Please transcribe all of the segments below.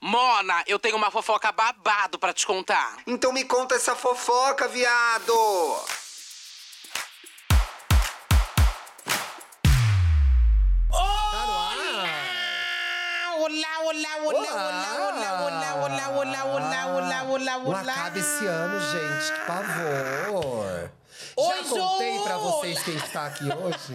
Mona, eu tenho uma fofoca babado pra te contar. Então me conta essa fofoca, viado! Ah, Olá, olá, olá, olá, olá, olá, olá, olá, olá, olá, Não olá, acaba esse ano, gente. Que pavor. Oi, Já contei Ju! pra vocês quem está aqui hoje.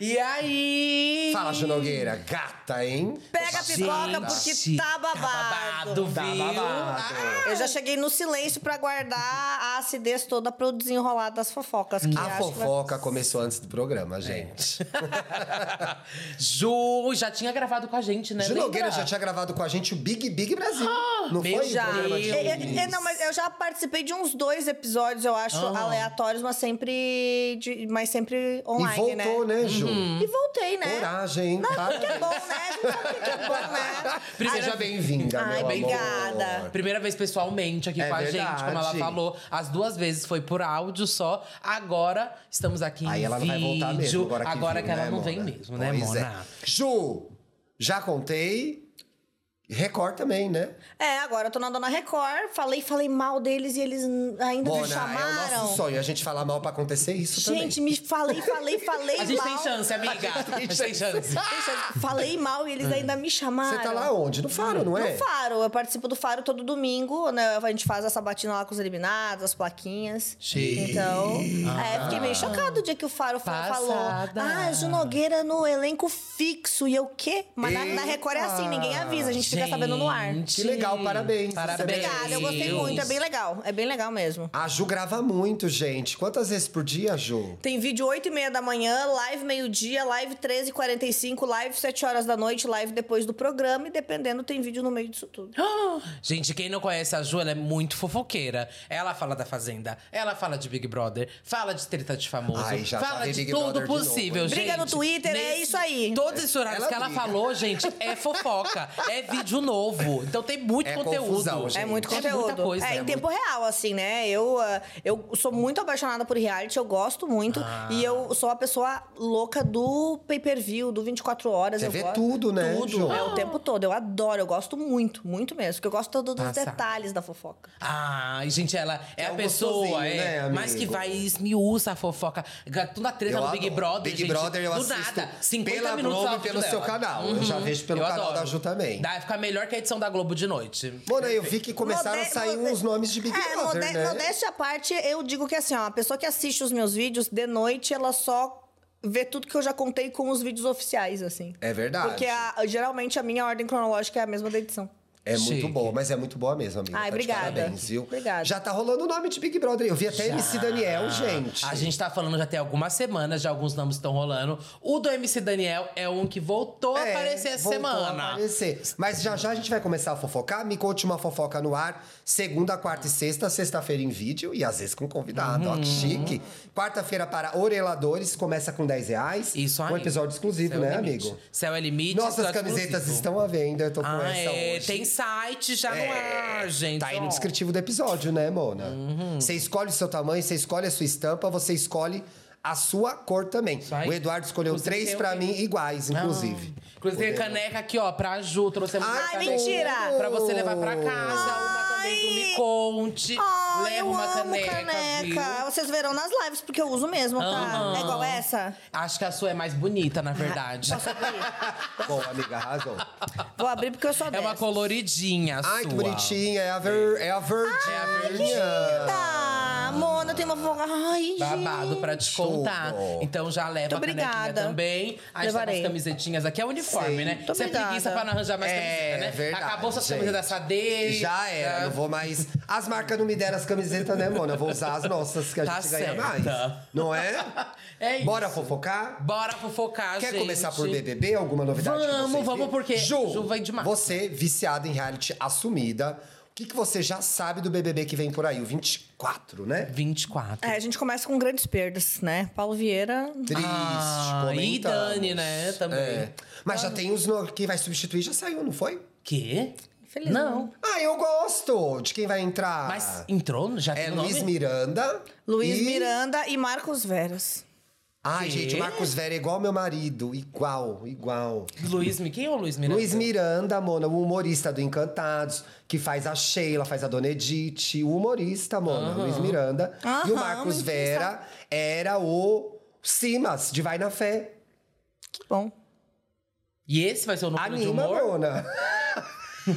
E aí? Fala, Ju Nogueira. Gata, hein? Pega a pipoca Gente, porque tá babado. babado, viu? Eu já cheguei no silêncio pra guardar a acidez toda pro desenrolar das fofocas. Que A acho que vai- É. fofoca começou antes do programa, gente. Ah, Ju já tinha gravado com a gente, né? Ju Lembra? Nogueira já tinha gravado com a gente o Big Big Brasil. não meu foi? o Deus. programa de Ah, É, Deus. é, é, não, mas eu já participei de uns dois episódios, eu acho, Ah. aleatórios, mas sempre, de- mas sempre E online, né? voltou, né, Ju? E voltei, né? Coragem, tá? hein? Não, Para. porque é bom, né? A gente sabe que é bom, né? Primeira Seja bem-vinda, Ai, meu obrigada. amor. Primeira vez pessoalmente aqui É com a gente, verdade. como ela falou. As duas vezes foi por áudio só. Agora estamos aqui em Aí ela não vídeo. vai voltar mesmo. Agora que, viu, ela né, não Mona? vem mesmo, né, Pois é. Mona? Ju, já contei. Record também, né? É, agora eu tô na Dona Record, falei, falei mal deles e eles n- ainda me é o chamaram. nosso sonho. A gente falar mal pra acontecer isso gente, também. me falei, falei, falei A gente tá mal. tem chance, amiga. A gente tem chance. Tem chance. Falei mal e eles ainda me chamaram. É. Você tá lá onde? No Faro, não é? No Faro, eu participo do Faro todo domingo, né? A gente faz a sabatina lá com os eliminados, as plaquinhas. Chique. Ah. Então, é, fiquei meio chocado o dia que o Faro fa- falou. Passada. Ah, Ju Nogueira no elenco fixo. E eu o quê? Mas na, na Eita. Record é assim, ninguém avisa, a gente, fica sabendo no ar. Gente, Que legal, parabéns. é Parabéns. Obrigada, eu gostei muito, é bem legal. É bem legal mesmo. A Ju grava muito, gente. Quantas vezes por dia, Ju? Tem vídeo 8 e meia da manhã, live meio-dia, live 13 h 45 live 7 horas da noite, live depois do programa e dependendo, tem vídeo no meio disso tudo. Ah, Gente, quem não conhece a Ju, ela é muito fofoqueira. Ela fala da Fazenda, ela fala de Big Brother, fala de treta de famoso, Ai, já fala falei de Big tudo Brother de novo, possível, hein? gente. Briga no Twitter, é isso aí. Todos esses horários Ela que ela briga. falou, gente, é fofoca, é vídeo novo. Então tem muito É conteúdo. confusão, gente. É muito É muita conteúdo. É, coisa, é em tempo real, assim, né? Eu, ah, eu sou muito apaixonada por reality, eu gosto muito. Ah. E eu sou a pessoa louca do pay-per-view, do 24 horas. Você eu vê gosto- tudo, né, Tudo. Ju? É, o tempo todo. Eu adoro, eu gosto muito, muito mesmo. Porque eu gosto todo dos Passada. detalhes da fofoca. Ah, e, gente, ela é, É a um pessoa, gostosinho, é, né, mas que amigo? vai e esmiuça a fofoca. Tudo a treta Eu do Big adoro. Brother, Big gente, Brother eu do assisto nada. 50 pela minutos Globo ao e vivo pelo seu dela. Uhum. canal. Eu já vejo pelo Eu canal adoro. da Ju também. Dá, fica melhor que a edição da Globo de noite. Mona, eu vi que começaram Mode- a sair mode- uns nomes de Big é, Brother, mode- né? Modéstia à parte, eu digo que assim, ó, a pessoa que assiste os meus vídeos de noite, ela só vê tudo que eu já contei com os vídeos oficiais, assim. É verdade. Porque a- geralmente a minha ordem cronológica é a mesma da edição. É muito Chique. boa, mas é muito boa mesmo, amiga. Ai, Tá de obrigada. Parabéns, viu? Obrigada. Já tá rolando o nome de Big Brother. Eu vi até MC Daniel, gente. A gente tá falando já tem algumas semanas, já alguns nomes estão rolando. O do MC Daniel é um que voltou a É, aparecer essa voltou a semana. aparecer. Mas já já a gente vai começar a fofocar. Me conte uma fofoca no ar. Segunda, quarta e sexta. Sexta-feira em vídeo e às vezes com convidado. Uhum. Ó, que chique. Quarta-feira para oreladores. Começa com 10 reais. Isso aí. Um episódio exclusivo, Céu é né, limite. amigo? Céu é limite. Nossas episódio camisetas exclusivo. estão à venda. Eu tô com Ah, essa é, hoje. tem site já no ar, gente. Tá aí no ó. Uhum. descritivo do episódio, né, Mona? Você escolhe o seu tamanho, você escolhe a sua estampa, você escolhe a sua cor também. aí. O Eduardo escolheu Inclusive, três eu pra tenho. mim iguais, inclusive. Inclusive, tem caneca aqui, ó, pra Ju. Trouxemos Ai, uma caneca mentira! Pra você levar pra casa. Uma também do Me Conte. Ai, Leva eu uma amo Ah, caneca, viu? Vocês verão nas lives, porque eu uso mesmo, tá? Aham. É igual essa? Acho que a sua é mais bonita, na verdade. Posso abrir? Bom, amiga, arrasou. Vou abrir porque eu sou É dessas. uma coloridinha a Ai, sua. que bonitinha. É a, ver, é a verdinha. Tá, Mona, tem uma fofoca. Ai, Babado gente. pra te contar. Tudo. Então já leva a Muito canequinha obrigada. também. Aí está as Levarei. camisetinhas aqui. É uniforme, Sim. né? Muito Você é obrigada. preguiça pra não arranjar mais É, camiseta, né? verdade, Acabou suas gente. camisetas da Sadeira. Já era, não vou mais. As marcas não me deram as camisetas, né, Mona? Eu vou usar as nossas que a Tá gente ganha certa. mais. Não é? É isso. Bora fofocar? Bora fofocar, Quer gente. começar por BBB? Alguma novidade que Vamos, você vamos, viu? porque Ju, Ju vem demais. você, viciada em reality assumida, o que, que você já sabe do BBB que vem por aí? O 24, né? 24. É, a gente começa com grandes perdas, né? Paulo Vieira. Triste, Ah, e comentamos. Dani, né, também. É. Mas já tem os... No... Quem vai substituir já saiu, não foi? Quê? Infelizmente. Não. Ah, eu gosto de quem vai entrar. Mas entrou? Já É tem nome? Luiz Miranda. Luiz e- Miranda e Marcos Veras. Ai, Quê? gente, o Marcos Vera é igual meu marido. Igual, igual. Luiz, Mi- quem é o Luiz Miranda? Luiz Miranda, Mona, o humorista do Encantados, que faz a Sheila, faz a Dona Edith, o humorista, Mona, Luiz Miranda. e o Aham, Marcos muito Vera era o Simas, de Vai na Fé. Um Que bom. E esse vai ser o número de Anima, humor? Mona.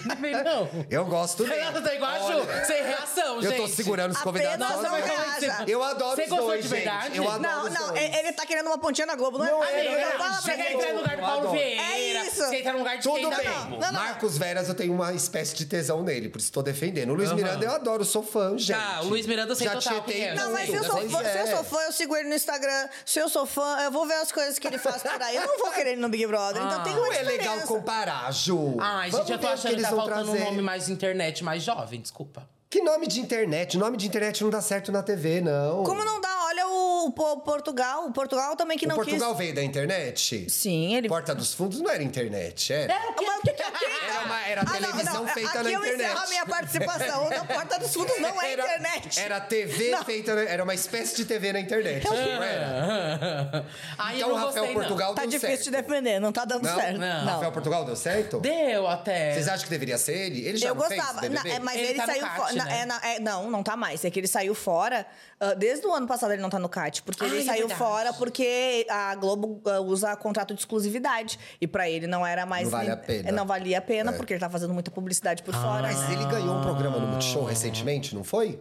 Não vem, não. Eu gosto dele. Fernanda tá igual a Ju, Olha, sem reação, Eu gente. tô segurando os Apenas convidados não Nossa, vai sozinho. reaça. falar isso. Eu adoro Você os gostou dois, de gente. verdade? Eu adoro Não, os não, dois. ele, ele tá querendo uma pontinha na Globo, não, Não é? é, Amigo, não não é. fala pra Chega mim. a entrar no lugar do Paulo Adoro. Vieira. É isso. Você entrar no lugar de Tudo quem tá dá bem. tempo. não. Marcos Veras, eu tenho uma espécie de tesão nele, por isso tô defendendo. O Luiz Aham. Miranda, eu adoro, sou fã, gente. Tá, o Luiz Miranda eu sei Já total tietei quem é. Não, mas se eu, sou Pois fã, se eu é. sou fã, eu sigo ele no Instagram. Se eu sou fã, eu vou ver as coisas que ele faz por aí. Eu não vou querer ele no Big Brother. Então tem uma Não é legal diferença. comparar, Ju. Ai, Vamos gente, eu ver tô o que achando que eles tá vão faltando um trazer. nome mais de internet, mais jovem, desculpa. Que nome de internet? Nome de internet não dá certo na TV, não. Como não dá? Olha o, Po- Portugal. O Portugal também que o não Portugal veio da internet? quis. Sim, É. ele. Porta dos Fundos não era internet, é? era? Mas o que que eu quis? Era, uma, era Ah, não, televisão não, feita aqui na eu internet. encerro a minha participação. Na Porta dos Fundos não é Era- internet. Era TV Não. feita, na- era uma espécie de TV na internet, não era? Ai, Então eu o não Rafael gostei, Portugal Tá deu difícil certo. de defender, não tá dando Não? certo. Não. Não. Rafael Portugal deu certo? não. Deu até. Vocês acham que deveria ser ele? Ele já Eu não fez gostava. BBB? Não, é, mas Ele ele, tá no saiu CAT, fora. na- né? é, na- é, não, não tá mais. É que ele saiu fora. ah, desde o ano passado ele não tá no CAT. Porque Ai, é ele saiu verdade. fora porque a Globo ah, usa contrato de exclusividade. E pra ele não era mais. Não vale nem- a pena. é, Não valia a pena, É. porque ele tá fazendo muita publicidade por fora. Ah. Mas ele ganhou um programa no Multishow recentemente, não foi?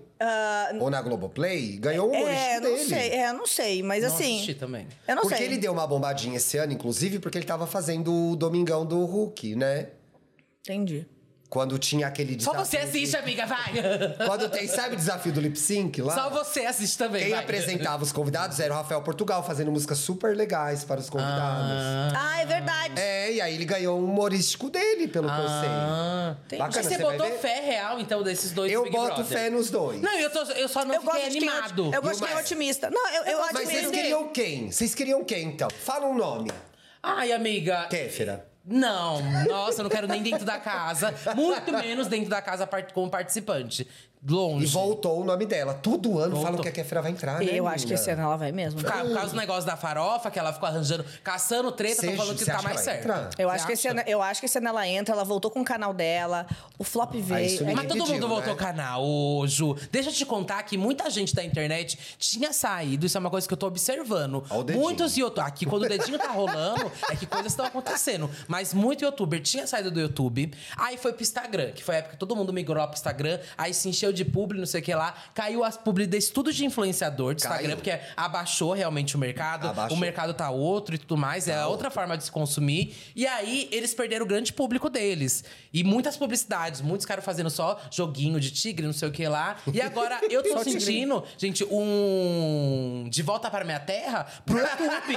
Ou na Globoplay? Ganhou um É, humorístico não dele. sei. É, não sei. Mas Não assim. assisti também. Eu não porque sei. ele deu uma bombadinha esse ano, inclusive, porque ele tava fazendo o Domingão do Hulk, né? Entendi. Quando tinha aquele Só desafio. você assiste, amiga, vai. Quando tem, sabe o desafio do lip sync lá? Só você assiste também, Quem vai. apresentava os convidados era o Rafael Portugal, fazendo músicas super legais para os convidados. Ah, é verdade. É, e aí ele ganhou um humorístico dele, pelo que eu sei. Ah, Entendi. Bacana, Mas você você vai botou ver? fé real, então, desses dois Eu do Big boto Brother? fé nos dois. Não, eu, tô, eu só não Eu fiquei gosto de quem é animado. otim- Eu gosto de quem é Mas- otimista. Não, eu, eu Mas vocês admiro. queriam quem? Vocês queriam quem, então? Fala um nome. Ai, amiga. Kéfera. Não, nossa, eu não quero nem dentro da casa. Muito menos dentro da casa part- como participante. Longe. E voltou o nome dela. Todo ano falam que a Kéfera vai entrar, né, Eu acho que menina? esse ano ela vai mesmo. Por ca- por causa do negócio da farofa, que ela ficou arranjando, caçando treta, Você- estão falando que você tá acha mais que vai certo. entrar? Eu Você acho, que esse acha? ano, eu acho que esse ano ela entra, ela voltou com o canal dela, o Ah, flop isso veio. ninguém É, Mas todo pediu, mundo voltou né? ao canal, ô, Ju. Deixa eu te contar que muita gente da internet tinha saído. Isso é uma coisa que eu tô observando. Ó o dedinho. Muitos youtubers. Aqui, quando o dedinho tá rolando, é que coisas estão acontecendo. Mas muito youtuber tinha saído do YouTube. Aí foi pro Instagram, que foi a época que todo mundo migrou pro Instagram. Aí se encheu de publi, não sei o que lá. Caiu as publi desse tudo de influenciador do Instagram, Caiu. porque abaixou realmente o mercado. Abaixou. Tá O mercado tá outro e tudo mais. é outra forma de se consumir. E aí, eles perderam o grande público deles. E muitas publicidades, muitos caras fazendo só joguinho de tigre, não sei o que lá. E agora, eu tô Só tigre. sentindo, gente, um... De volta para minha terra, pro YouTube.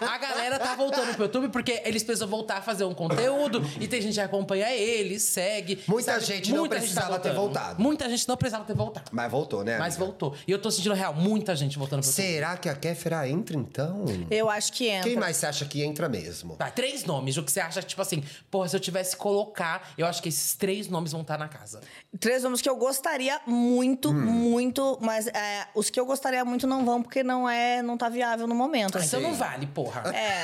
A galera tá voltando pro YouTube, porque eles precisam voltar a fazer um conteúdo. E tem gente que acompanha eles, segue. Muita gente não Muita tá precisava ter voltando. voltado. Muita gente não precisava ter voltado. Mas voltou, né? Mas amiga? voltou. E eu tô sentindo, real, muita gente voltando pro YouTube. Será que a Kéfera entra, então? Eu acho que entra. Quem mais você acha que entra mesmo? Tá, três nomes. O que você acha, tipo assim, porra, se eu tivesse que colocar, eu acho que esses três nomes vão estar na casa. Três nomes que eu gostaria muito, Hum. muito, mas é, os que eu gostaria muito não vão, porque não é, não tá viável no momento. Ah, assim. então não vale, porra. É.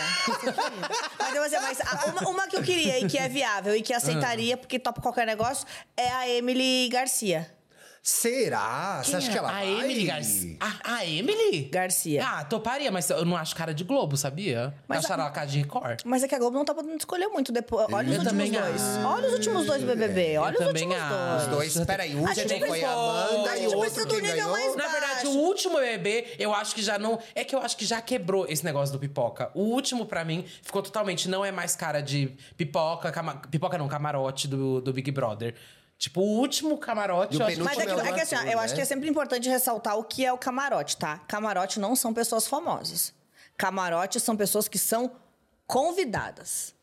mas eu vou dizer, mas a- uma, uma que eu queria e que é viável e que Ah. aceitaria, porque topa qualquer negócio, é a Emily Garcia. Será? Você Quem acha é? que ela a vai? Emily Garcia. A, a Emily? Garcia. Ah, toparia, mas eu não acho cara de Globo, sabia? Mas eu acharam a- ela cara de Record. Mas é que a Globo não tá podendo escolher muito depois. Olha os Eu últimos também dois. acho. Olha os últimos dois do BBB. Olha os também últimos acho. Os dois. dois, peraí, um A já gente foi a precisa- Amanda a e gente o precisa outro do quem nível ganhou. mais um Na verdade, o último bebê, eu acho que já não. É que eu acho que já quebrou esse negócio do pipoca. O último, pra mim, ficou totalmente. Não é mais cara de pipoca, cama- pipoca não, camarote do, do Big Brother. Tipo, o último camarote. E o eu acho que Mas é que, Último é o é que assim, ó, Arthur, eu né? acho que é sempre importante ressaltar o que é o camarote, tá? Camarote não são pessoas famosas. Camarote são pessoas que são convidadas.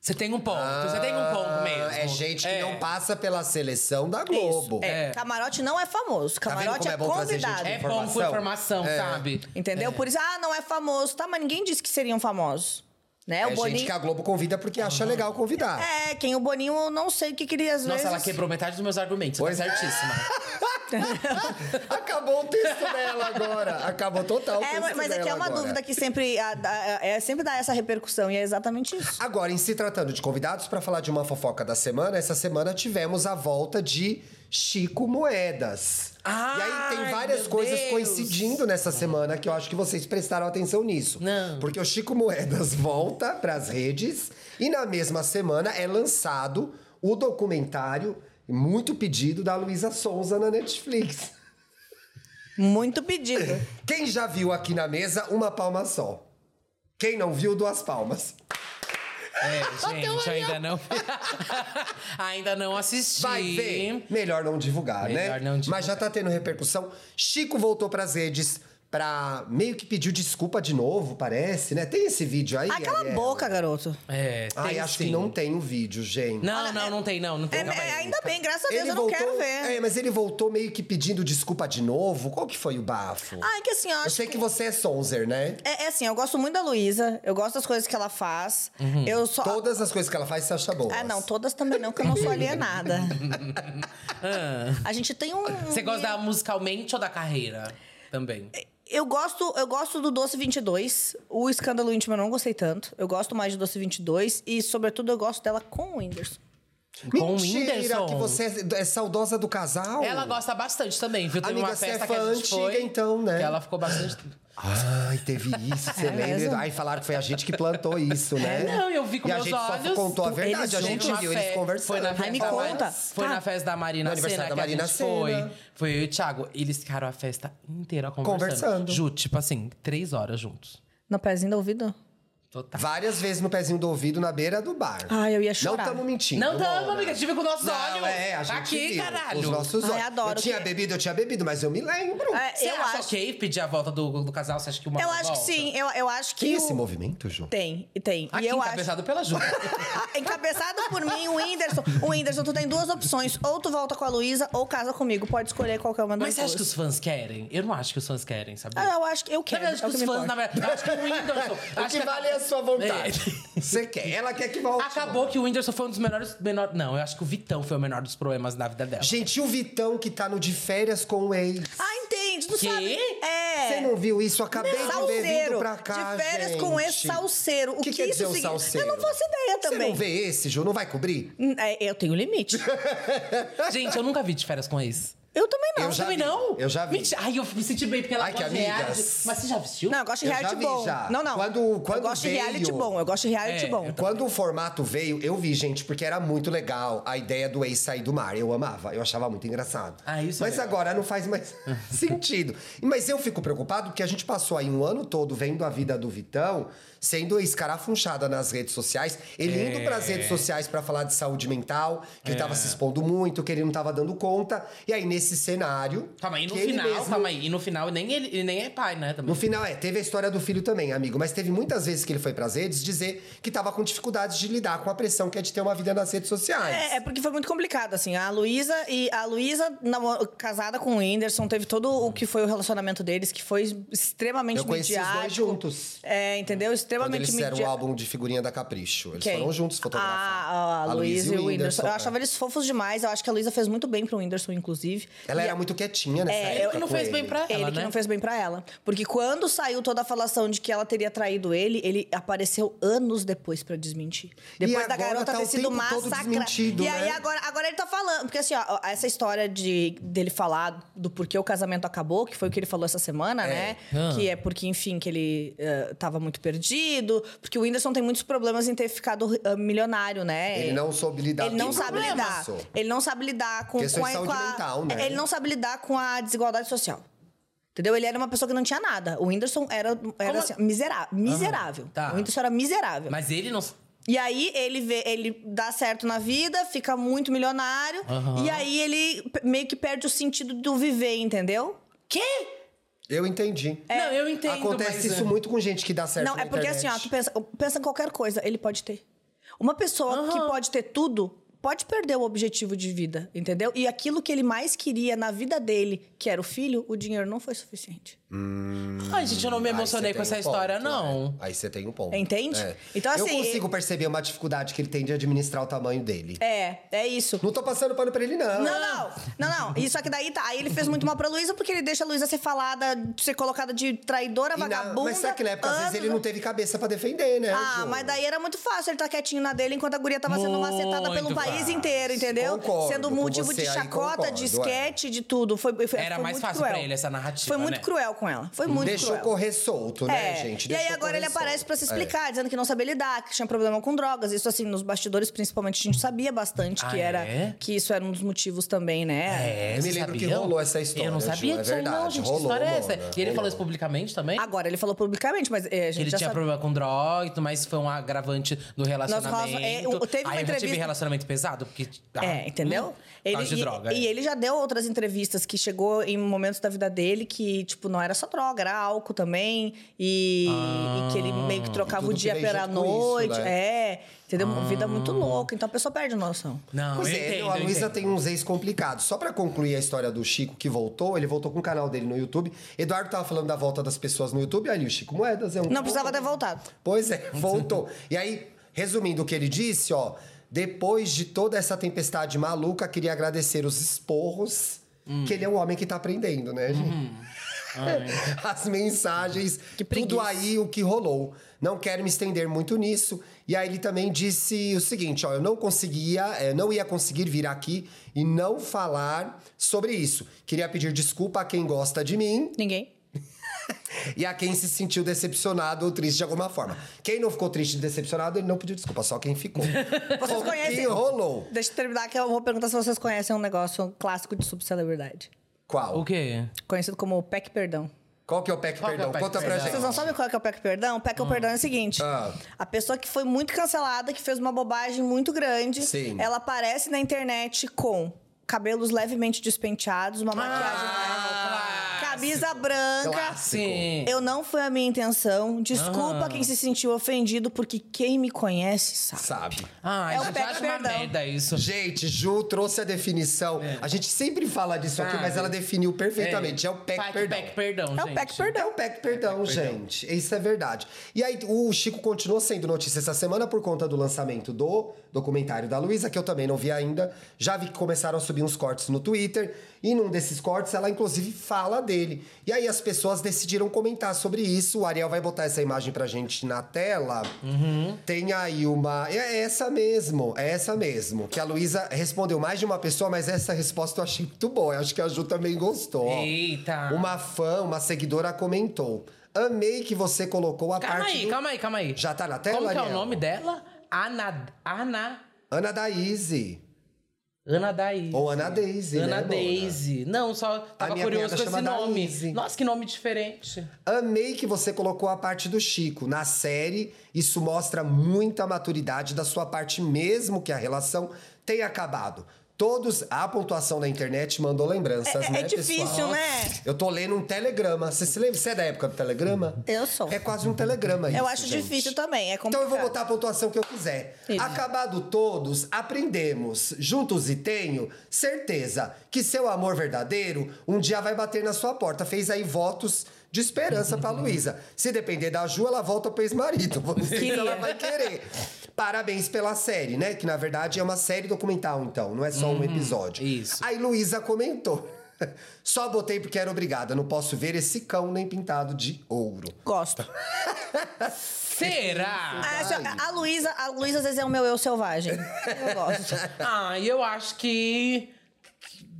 Você tem um ponto, você tem um ponto mesmo. É gente que É. não passa pela seleção da Globo. Isso. É, É. Camarote não é famoso. vendo Camarote como é, é bom trazer gente convidado. de É bom com Informação. informação, É. sabe? Entendeu? Por isso, ah, não é famoso, tá? Mas ninguém disse que seriam famosos. Né? É o gente Boninho. que a Globo convida porque acha legal convidar. É, quem o Boninho, eu não sei o que queria às Nossa, vezes. ela quebrou metade dos meus argumentos. Pois- é. Pois certíssima. Acabou o texto dela agora. Acabou total o É, texto mas- mas é que é dela uma agora. dúvida que sempre, a- a- é, sempre dá essa repercussão, e é exatamente isso. Agora, em se tratando de convidados para falar de uma fofoca da semana, essa semana tivemos a volta de Chico Moedas. Ai, e aí tem várias meu coisas Deus. coincidindo nessa semana que eu acho que vocês prestaram atenção nisso. Não. Porque o Chico Moedas volta para as redes e na mesma semana é lançado o documentário muito pedido da Luísa Sonza na Netflix. Muito pedido. Quem já viu aqui na mesa, uma palma só. Quem não viu, duas palmas. É, gente, ainda não. ainda não assisti. Vai ver. Melhor não divulgar, Melhor né? não divulgar. Mas já tá tendo repercussão. Chico voltou pras redes pra. meio que pediu desculpa de novo, parece, né? Tem esse vídeo aí? Ah, cala a Ariel? boca, garoto. É, tem Ai, acho sim. que não tem o vídeo, gente. Não, não, não tem, não. Não É, tem. calma é, aí. ainda bem, graças a Deus eu não quero ver. É, mas ele voltou meio que pedindo desculpa de novo. Qual que foi o bafo? Ah, é que assim, ó, eu acho sei que- que você é Sonzer, né? É, é assim, eu gosto muito da Luísa, eu gosto das coisas que ela faz. Eu só. Todas as coisas que ela faz você acha boas. Ah, não, todas também não, que eu não sou alienada. a gente tem um. Você gosta da musicalmente ou da carreira? Também. Eu gosto, eu gosto do Doce 22. O escândalo íntimo eu não gostei tanto. Eu gosto mais do Doce 22 e, sobretudo, eu gosto dela com o Whindersson. Com o Mentira, Whindersson. que você é, é saudosa do casal. Ela gosta bastante também, viu? Teve Amiga, uma você é festa que a fã gente antiga, foi, então, né? que ela ficou bastante... Ai, teve isso, você É mesmo? lembra? Ai, falaram que foi a gente que plantou isso, né? Não, eu vi com e meus a gente olhos. só contou a verdade, Então, a Eles gente juntos. viu Na eles fe- conversando. Foi na Então, festa, Ai, me da Mari- conta. Foi Tá. na festa da No Marina aniversário Sena da que a Marina gente Sena. foi. Foi eu e o Thiago. Eles ficaram a festa inteira conversando. Conversando. Ju, tipo assim, três horas juntos. No pezinho do ouvido? Total. Várias vezes no pezinho do ouvido, na beira do bar. Ai, eu ia não chorar. estamos mentindo. Não tamo, Mona. amiga. Tive com nossos olhos. Não, é, a gente Tá aqui, viu caralho. Os nossos Ai, olhos. adoro eu tinha que- bebido, eu tinha bebido, mas eu me lembro. É, Você eu acha é acho. ok pedir a volta do, do casal? Você acha que o Eu acho que sim, eu, eu acho que. Tem esse o- movimento, Ju? Tem, e tem. Aqui, tá e eu acho. encabeçado pela Ju. Ah, Encabeçado por mim, o Whindersson. O Whindersson, tu tem duas opções. Ou tu volta com a Luísa, ou casa comigo. Pode escolher qualquer uma das Mas você acha que os fãs querem? Eu não acho que os fãs querem, sabia? Ah, eu acho que eu quero. Na verdade, é o que que os me fãs, importa. na verdade, eu acho que o Whindersson. O acho que vale é a sua vontade. É. Você quer, ela quer que volte. Acabou que o Whindersson foi um dos menores. Menor, não, eu acho que o Vitão foi o menor dos problemas da vida dela. Gente, e o Vitão que tá no de férias com o ex. Ah, entende, tu Quê? sabe? É. Você não viu isso? Eu acabei de ver vindo Salseiro. pra cá, de férias gente. com esse salseiro. O que, que quer isso dizer o significa? salseiro? Eu não faço ideia Você também. não vê esse, Ju? Não vai cobrir? Hum, é, eu tenho limite. Gente, eu nunca vi de férias com ex. Eu também não. Eu já Também vi. não? Eu já vi. Mentira. Ai, eu me senti bem porque ela Ai, que gosta de amigas. reality. Mas você já assistiu? Não, eu gosto de Eu já reality vi bom. já. Não, não. Quando- quando eu gosto de reality veio- bom. Eu gosto de reality É, bom. eu Quando o formato veio, eu vi, gente, porque era muito legal a ideia do ex sair do mar. Eu amava, eu achava muito engraçado. Ah, isso é Mas legal. agora não faz mais sentido. Mas eu fico preocupado porque a gente passou aí um ano todo vendo a vida do Vitão sendo escarafunchada nas redes sociais, ele indo É. pras redes sociais pra falar de saúde mental, que ele tava se expondo muito, que ele não tava dando conta. E aí, nesse cenário. Calma aí, no que ele final, mesmo- calma aí. E no final, nem ele, ele nem é pai, né? Também. no final, é, teve a história do filho também, amigo. Mas teve muitas vezes que ele foi pras redes dizer que tava com dificuldades de lidar com a pressão que é de ter uma vida nas redes sociais. É, é porque foi muito complicado, assim. A Luísa e a Luísa, namo- casada com o Whindersson, teve todo o que foi o relacionamento deles, que foi extremamente Eu conheci os dois midiático. juntos. É, entendeu? Quando Extremamente eles fizeram o midia- álbum de figurinha da Capricho. Eles Quem? foram juntos fotografar. Ah, a, Luísa e o Whindersson. Eu é. achava eles fofos demais. Eu acho que a Luísa fez muito bem pro Whindersson, inclusive. Ela E era a- muito quietinha nessa É, época. eu- e não com fez bem ele. pra ela, Ele que né? não fez bem pra ela. Porque quando saiu toda a falação de que ela teria traído ele, ele apareceu anos depois pra desmentir. Depois da agora garota tá ter o sido tempo todo massacrada. desmentido, E aí né? agora, agora ele tá falando. Porque assim, ó, essa história de, dele falar do porquê o casamento acabou, que foi o que ele falou essa semana, né? Ah. Que é porque, enfim, que ele eh, tava muito perdido. Porque o Whindersson tem muitos problemas em ter ficado eh, milionário, né? Ele não soube lidar Ele não com sabe isso. lidar. Ele não sabe lidar com, Questões com a, de saúde com a- mental, né? Ele não sabe lidar com a desigualdade social. Entendeu? Ele era uma pessoa que não tinha nada. O Whindersson era, era Como- assim, miserável. miserável. tá. O Whindersson era miserável. Mas ele não. E aí ele vê, ele dá certo na vida, fica muito milionário. Aham. E aí ele pe- meio que perde o sentido do viver, entendeu? Quê? Eu entendi. Não, eu entendo. Acontece mas, isso é. muito com gente que dá certo É. não, na é porque internet. assim, ó, tu pensa, pensa em qualquer coisa, ele pode ter. Uma pessoa que pode ter tudo pode perder o objetivo de vida, entendeu? E aquilo que ele mais queria na vida dele, que era o filho, o dinheiro não foi suficiente. Ai, gente, eu não me Aí Hum, você emocionei com tem essa um história, ponto, não. é. Aí você tem um ponto. Entende? É. Então, Eu assim, consigo perceber uma dificuldade que ele tem de administrar o tamanho dele. É, é isso. Não tô passando pano pra ele, não. Não, não, não, não. E só que daí tá. Aí ele fez muito mal pra Luísa porque ele deixa a Luísa ser falada, ser colocada de traidora, E na- vagabunda. mas será que na época, às vezes, anos- ele não teve cabeça pra defender, né? Ah, Ju? mas daí era muito fácil ele tá quietinho na dele enquanto a guria tava sendo Muito macetada pelo país fácil. inteiro, entendeu? Concordo Sendo com motivo você de aí, chacota, de concordo, é. esquete, de tudo. Foi, foi- Era foi mais muito fácil cruel. pra ele essa narrativa, Foi muito né? cruel com ela. Foi é muito Deixou cruel. correr solto, né, É. gente? E aí Deixou agora correr ele aparece solto. É. pra se É. explicar, dizendo que não sabia lidar, que tinha problema com drogas. Isso assim, nos bastidores principalmente a gente sabia bastante que Ah, era é? que isso era um dos motivos também, né? É, Eu me vocês lembro que sabiam? rolou essa história, Eu não Ju, sabia é disso aí, não, verdade, gente. rolou, que história é essa? mano, E ele falou rolou. isso publicamente também? Agora ele falou publicamente, mas é, a Que gente ele já tinha sabe. problema com droga e tudo mais, foi um agravante do relacionamento. é, o- teve uma Aí eu já tive entrevista- relacionamento pesado, porque... Tá. ah, É, entendeu? hum, por causa de e, droga. e é. ele já deu outras entrevistas que chegou em momentos da vida dele que, tipo, não era só droga, era álcool também. E, e que ele meio que trocava Ah, tudo o que dia vem pela junto com isso, noite. né? Ah. É, entendeu? Uma vida muito louca. Então a pessoa perde a noção. Não, Pois eu é, entendo, a eu Luísa entendo. tem uns ex complicados. Só pra concluir a história do Chico que voltou, ele voltou com o canal dele no YouTube. Eduardo tava falando da volta das pessoas no YouTube, aí o Chico Moedas é um. Não precisava ter voltado. Pois é, voltou. E aí, resumindo o que ele disse, ó, depois de toda essa tempestade maluca, queria agradecer os esporros. Que ele é um homem que tá aprendendo, né, gente? As mensagens, tudo aí o que rolou. Não quero me estender muito nisso. E aí ele também disse o seguinte: ó, eu não conseguia, eh, não ia conseguir vir aqui e não falar sobre isso. Queria pedir desculpa a quem gosta de mim Ninguém. e a quem se sentiu decepcionado ou triste de alguma forma. Quem não ficou triste e decepcionado, ele não pediu desculpa, só quem ficou. Foi Vocês o conhecem. que rolou? Deixa eu terminar que eu vou perguntar se vocês conhecem um negócio clássico de subcelebridade. Qual? O quê? Conhecido como o PEC Perdão. Qual que é o PEC, Qual que é perdão? o PEC, Conta pra perdão? Vocês gente. não sabem qual que é o PEC Perdão? O PEC Perdão é o seguinte: Hum. Ah. a pessoa que foi muito cancelada, que fez uma bobagem muito grande, Sim. ela aparece na internet com cabelos levemente despenteados, uma maquiagem leve, camisa branca. Ah, Clássico. Sim. Eu não foi a minha intenção. Desculpa quem se sentiu ofendido, porque quem me conhece sabe. Sabe? Ai, É o Ah, gente, eu pega acho uma perdão. merda isso. Gente, Ju trouxe a definição. É. A gente sempre fala disso aqui, Sabe? mas ela definiu perfeitamente. É, o PEC, Pac- perdão. Pac perdão, É o gente. PEC Perdão. É o PEC, perdão, gente. Isso é verdade. E aí, o Chico continuou sendo notícia essa semana por conta do lançamento do documentário da Luísa, que eu também não vi ainda. Já vi que começaram a subir uns cortes no Twitter. E num desses cortes, ela inclusive fala dele. E aí, as pessoas decidiram comentar sobre isso. O Ariel vai botar essa imagem pra gente na tela. Uhum. Tem aí uma. É essa mesmo, é essa mesmo. Que a Luísa respondeu mais de uma pessoa, mas essa resposta eu achei muito boa. Eu acho que a Ju também gostou. Eita. Uma fã, uma seguidora comentou. Amei que você colocou a Calma parte aí, do... calma aí, calma aí. Já tá na tela, Como que é o Ariel? nome dela? Ana... Ana... Ana Daíse. Ana Daisy. Ou Ana Daisy, né, Ana Mona? Daisy. Não, só tava minha curioso cunhada com esse chama nome. Daisy. Nossa, que nome diferente. Amei que você colocou a parte do Chico. Na série, isso mostra muita maturidade da sua parte, mesmo que a relação tenha acabado. Todos, a pontuação da internet mandou lembranças, É- é né, difícil, pessoal? né? Eu tô lendo um telegrama. Você se lembra? Você é da época do telegrama? Eu sou. É quase um telegrama isso, Eu acho gente. difícil também. É Então complicado. eu vou botar a pontuação que eu quiser. Isso. Acabado todos, aprendemos. Juntos e tenho certeza que seu amor verdadeiro um dia vai bater na sua porta. Fez aí votos de esperança pra Luísa. Se depender da Ju, ela volta pro ex-marido. Vamos ver se Queria. ela vai querer. Parabéns pela série, né? Que na verdade é uma série documental, então, não é só um episódio. Uhum. isso. Aí Luísa comentou. Só botei porque era obrigada. Não posso ver esse cão nem pintado de ouro. Gosto. Será? Ah, só- a Luísa, a Luísa às vezes é o meu eu selvagem. Eu gosto. ah, e eu acho que...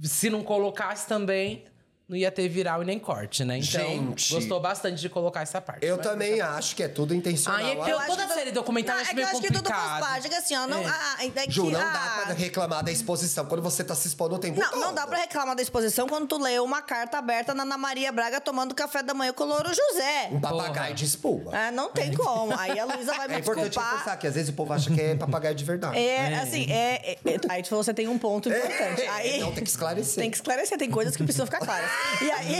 que Se não colocasse também... Não ia ter viral e nem corte, né? Então, Gente. gostou bastante de colocar essa parte. Né? Eu Mas- também acho que é tudo intencional. Ai, é que Ah, eu- toda série documental Não, eu é acho que meio eu acho que tudo faz complicado. parte. É que assim, ó, não, É. ah, é que, Ju, não ah, dá pra reclamar da exposição. Quando você tá se expondo o tempo Não, todo. não dá pra reclamar da exposição quando tu lê uma carta aberta na Ana Maria Braga tomando café da manhã com o Louro José. Um papagaio Porra. de espuma. Ah, não É. tem como. Aí a Luísa vai me É importante desculpar. pensar que às vezes o povo acha que é papagaio de verdade. É, assim, é, é, é, aí tu falou, você tem um ponto importante. Aí Então tem É. que esclarecer. tem que esclarecer, tem coisas que precisam ficar claras. E aí.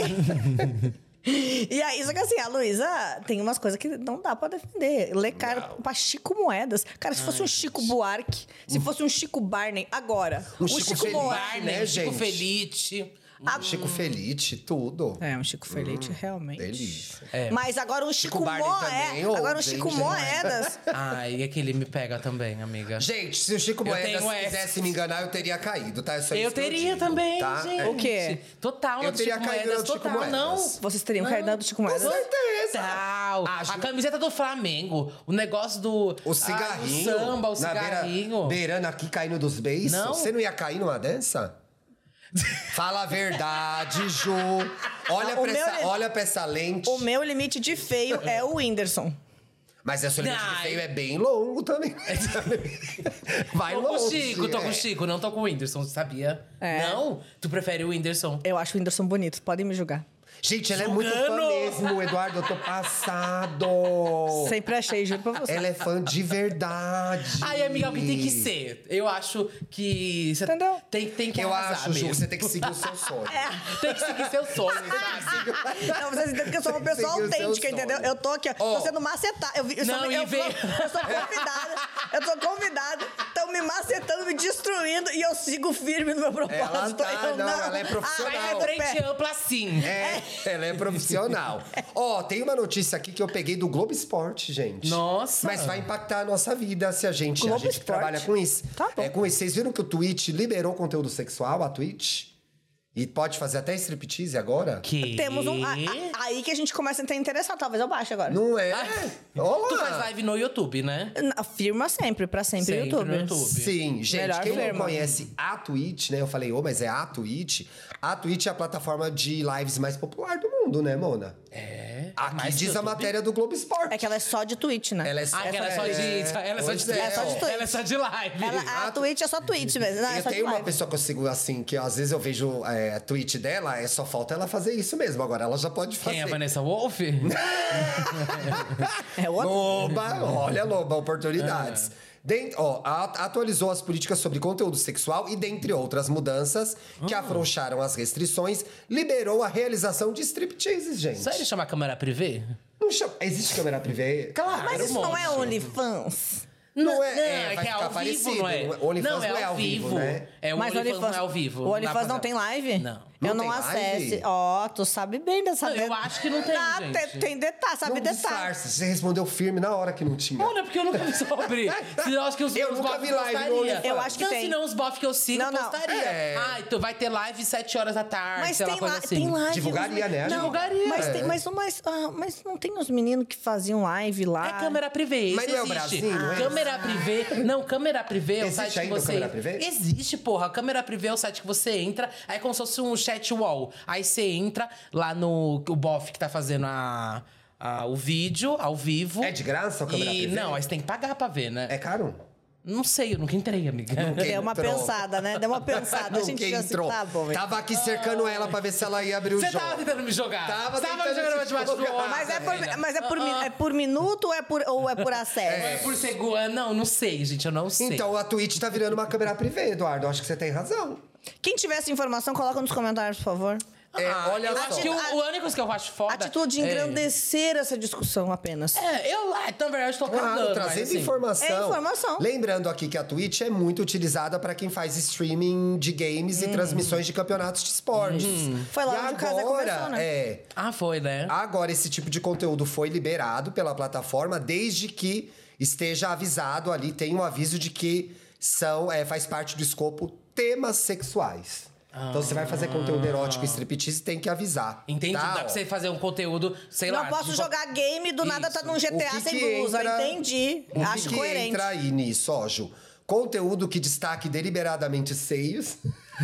E aí, só que assim, a Luísa tem umas coisas que não dá pra defender. Lê cara pra Chico Moedas. Cara, se fosse um Chico Buarque, se fosse um Chico Barney, agora. Um um Chico Chico, Feliz. Buarque. Barney, né, Chico gente? Felite. Chico Felite, tudo. É, um Chico Felite, É, realmente. Delícia. Mas agora um Chico, Barney Moedas. também, ô, agora um gente, Chico gente. né? Moedas. Ai, aquele me pega também, amiga. Gente, se o Chico Eu Moedas tenho essa. quisesse me enganar, eu teria caído, tá? só Eu explodindo, teria também, tá? gente. É. O quê? Total, Eu no teria Chico caído Moedas, no Chico total, Moedas. não. Vocês teriam Não. caído na do Chico Moedas? Ah, Com certeza. Total. Acho- A camiseta do Flamengo, o negócio do... Ah, O cigarrinho. Ah, o samba, o na beira- cigarrinho. beirando aqui, caindo dos beiços. Não. Você não ia cair numa dança? Fala a verdade, Ju. Olha, Não, o pra meu essa, é- olha pra essa lente. O meu limite de feio é o Whindersson. Mas essa limite de Ai. feio é bem longo também. Vai Tô com longe. o Chico, tô com é. o Chico, não tô com o Whindersson, sabia? É. Não? Tu prefere o Whindersson? Eu acho o Whindersson bonito, podem me julgar. Gente, ela é muito fã Julgando. mesmo, Eduardo. Eu tô passado. Oh. Sempre achei, juro pra você. Ela é fã de verdade. Ai, amiga, é o que tem que ser? Eu acho que... Cê Entendeu? Tem, tem que Eu arrasar acho, Ju, mesmo. você tem que seguir o seu sonho. Tem que seguir seu sonho, Ah, sabe? Não, vocês entendem que eu sou uma pessoa Seguiu seu autêntica, sonho. entendeu? Eu tô aqui, ó, Ó. tô sendo macetada. Eu, vi- eu, sou- Não, eu, e sou- veio- eu sou convidada, eu sou convidada, estão me macetando, me destruindo e eu sigo firme no meu propósito. tá, eu não, ela é profissional. Ah, Vai eu na tô frente pé. ampla assim. É, ela é profissional. Ó, tem uma notícia aqui que eu peguei do Globo Esporte, gente. Nossa. Mas vai impactar a nossa vida se a gente, a Globo gente Esporte? trabalha com isso. Tá bom. É, com isso. Vocês viram que o Twitch liberou conteúdo sexual, a Twitch? E pode fazer até striptease agora? Que? Temos um. a- a- aí que a gente começa a ter interessado. Talvez eu baixe agora. Não é? Olá! Tu faz live no YouTube, né? Na- Firma sempre, pra sempre, Sempre no YouTube. YouTube. Sim, gente, Melhor quem não firma. conhece a Twitch, né? Eu falei, ô, mas é a Twitch. A Twitch é a plataforma de lives mais popular do mundo, né, Mona? É. Aqui mais diz a YouTube? matéria do Globo Esporte. É que ela é só de Twitch, né? Ela é só, Ah, que ela é só de. Ela é só Pois de. é, ó. Ela é só de live. Ela- a Twitch é só Twitch mesmo. Não, é eu só de tenho uma live. pessoa que eu sigo assim, que às vezes eu vejo é, a tweet dela, é só falta ela fazer isso mesmo. Agora ela já pode fazer. Quem é a Vanessa Wolf? É outra. Loba, Uhum. olha, Loba, oportunidades. Den- ó, a- atualizou as políticas sobre conteúdo sexual e, dentre outras mudanças, que Hum. afrouxaram as restrições, liberou a realização de stripteases, gente. Só ele chama a câmera privê? Não chama- Existe câmera privê? Claro. Mas era um isso não é monte. OnlyFans. Não é- não, é, é, vai que é ficar ao parecido, vivo, não é? não é- OnlyFans não, é ao vivo. né? É, o Mas OnlyFans, não é ao vivo. O dá pra OnlyFans não fazer. tem live? Não. Não eu não tem live? acesse. Ó, tu sabe bem dessa Não, eu acho que não tem, Ah, gente. Tem, tem detalhe, sabe Não detalhe. disfarça, você respondeu firme na hora que não tinha. Mano, é porque eu nunca vi sobre. Senão acho que os, Eu os nunca bof vi live no postariam. OnlyFans. Eu acho que não, tem. senão os bof que eu sigo Não, não. postaria. É. Ai, tu vai ter live 7 horas da tarde, Mas sei lá, tem, coisa la- assim. tem live. Divulgaria, os- né, Não, Divulgaria. Mas, tem, mas, mas, ah, mas não tem os meninos que faziam live lá? É câmera privê, Mas isso não é o existe. Brasil, não é? câmera privê. Não, câmera privê é o Existe site que ainda o você. câmera privê? Existe, porra. Câmera privê é o site que você entra, aí é como se fosse um chat wall. Aí você entra lá no o bof que tá fazendo a, a- o vídeo ao vivo. É de graça a câmera e, privê? Não, aí você tem que pagar pra ver, né? É caro? Não sei, eu nunca entrei, amiga. Deu uma Entrou. pensada, né? Deu uma pensada. a gente Quem já se tá bom. hein? Tava aqui cercando ela pra ver se ela ia abrir o Você jogo. tava tentando me jogar. Tava Você tava me tentando jogando te debaixo do jogar. Ah, ônibus. Mas é por, menina. mas é por, ah. min- é por minuto ou é por, ou é por acesso? É por segura. Não, não sei, gente. Eu não sei. Então a Twitch tá virando uma câmera privê, Eduardo. Acho que você tem razão. Quem tiver essa informação, coloca nos comentários, por favor. É, Ah, olha eu só. acho que o, o único que eu acho foda. Atitude de é- engrandecer essa discussão apenas. É, eu lá, então, na verdade, tô Claro, cagando, trazendo mas, assim, informação. É informação. Lembrando aqui que a Twitch é muito utilizada pra quem faz streaming de games e transmissões de campeonatos de esportes. Uhum. Foi lá e onde o agora, Casé começou, né? É, Ah, foi, né? Agora, esse tipo de conteúdo foi liberado pela plataforma, desde que esteja avisado ali, tem um aviso de que são, é, faz parte do escopo temas sexuais. Então, você vai fazer conteúdo erótico e striptease, tem que avisar. Ah. Entendi. tá? Dá pra você fazer um conteúdo, sei não lá. posso de- jogar game do nada tá num O GTA que sem que blusa. entra- Entendi. O que Acho que coerente. entra aí nisso, ó, Ju? Conteúdo que destaque deliberadamente seios.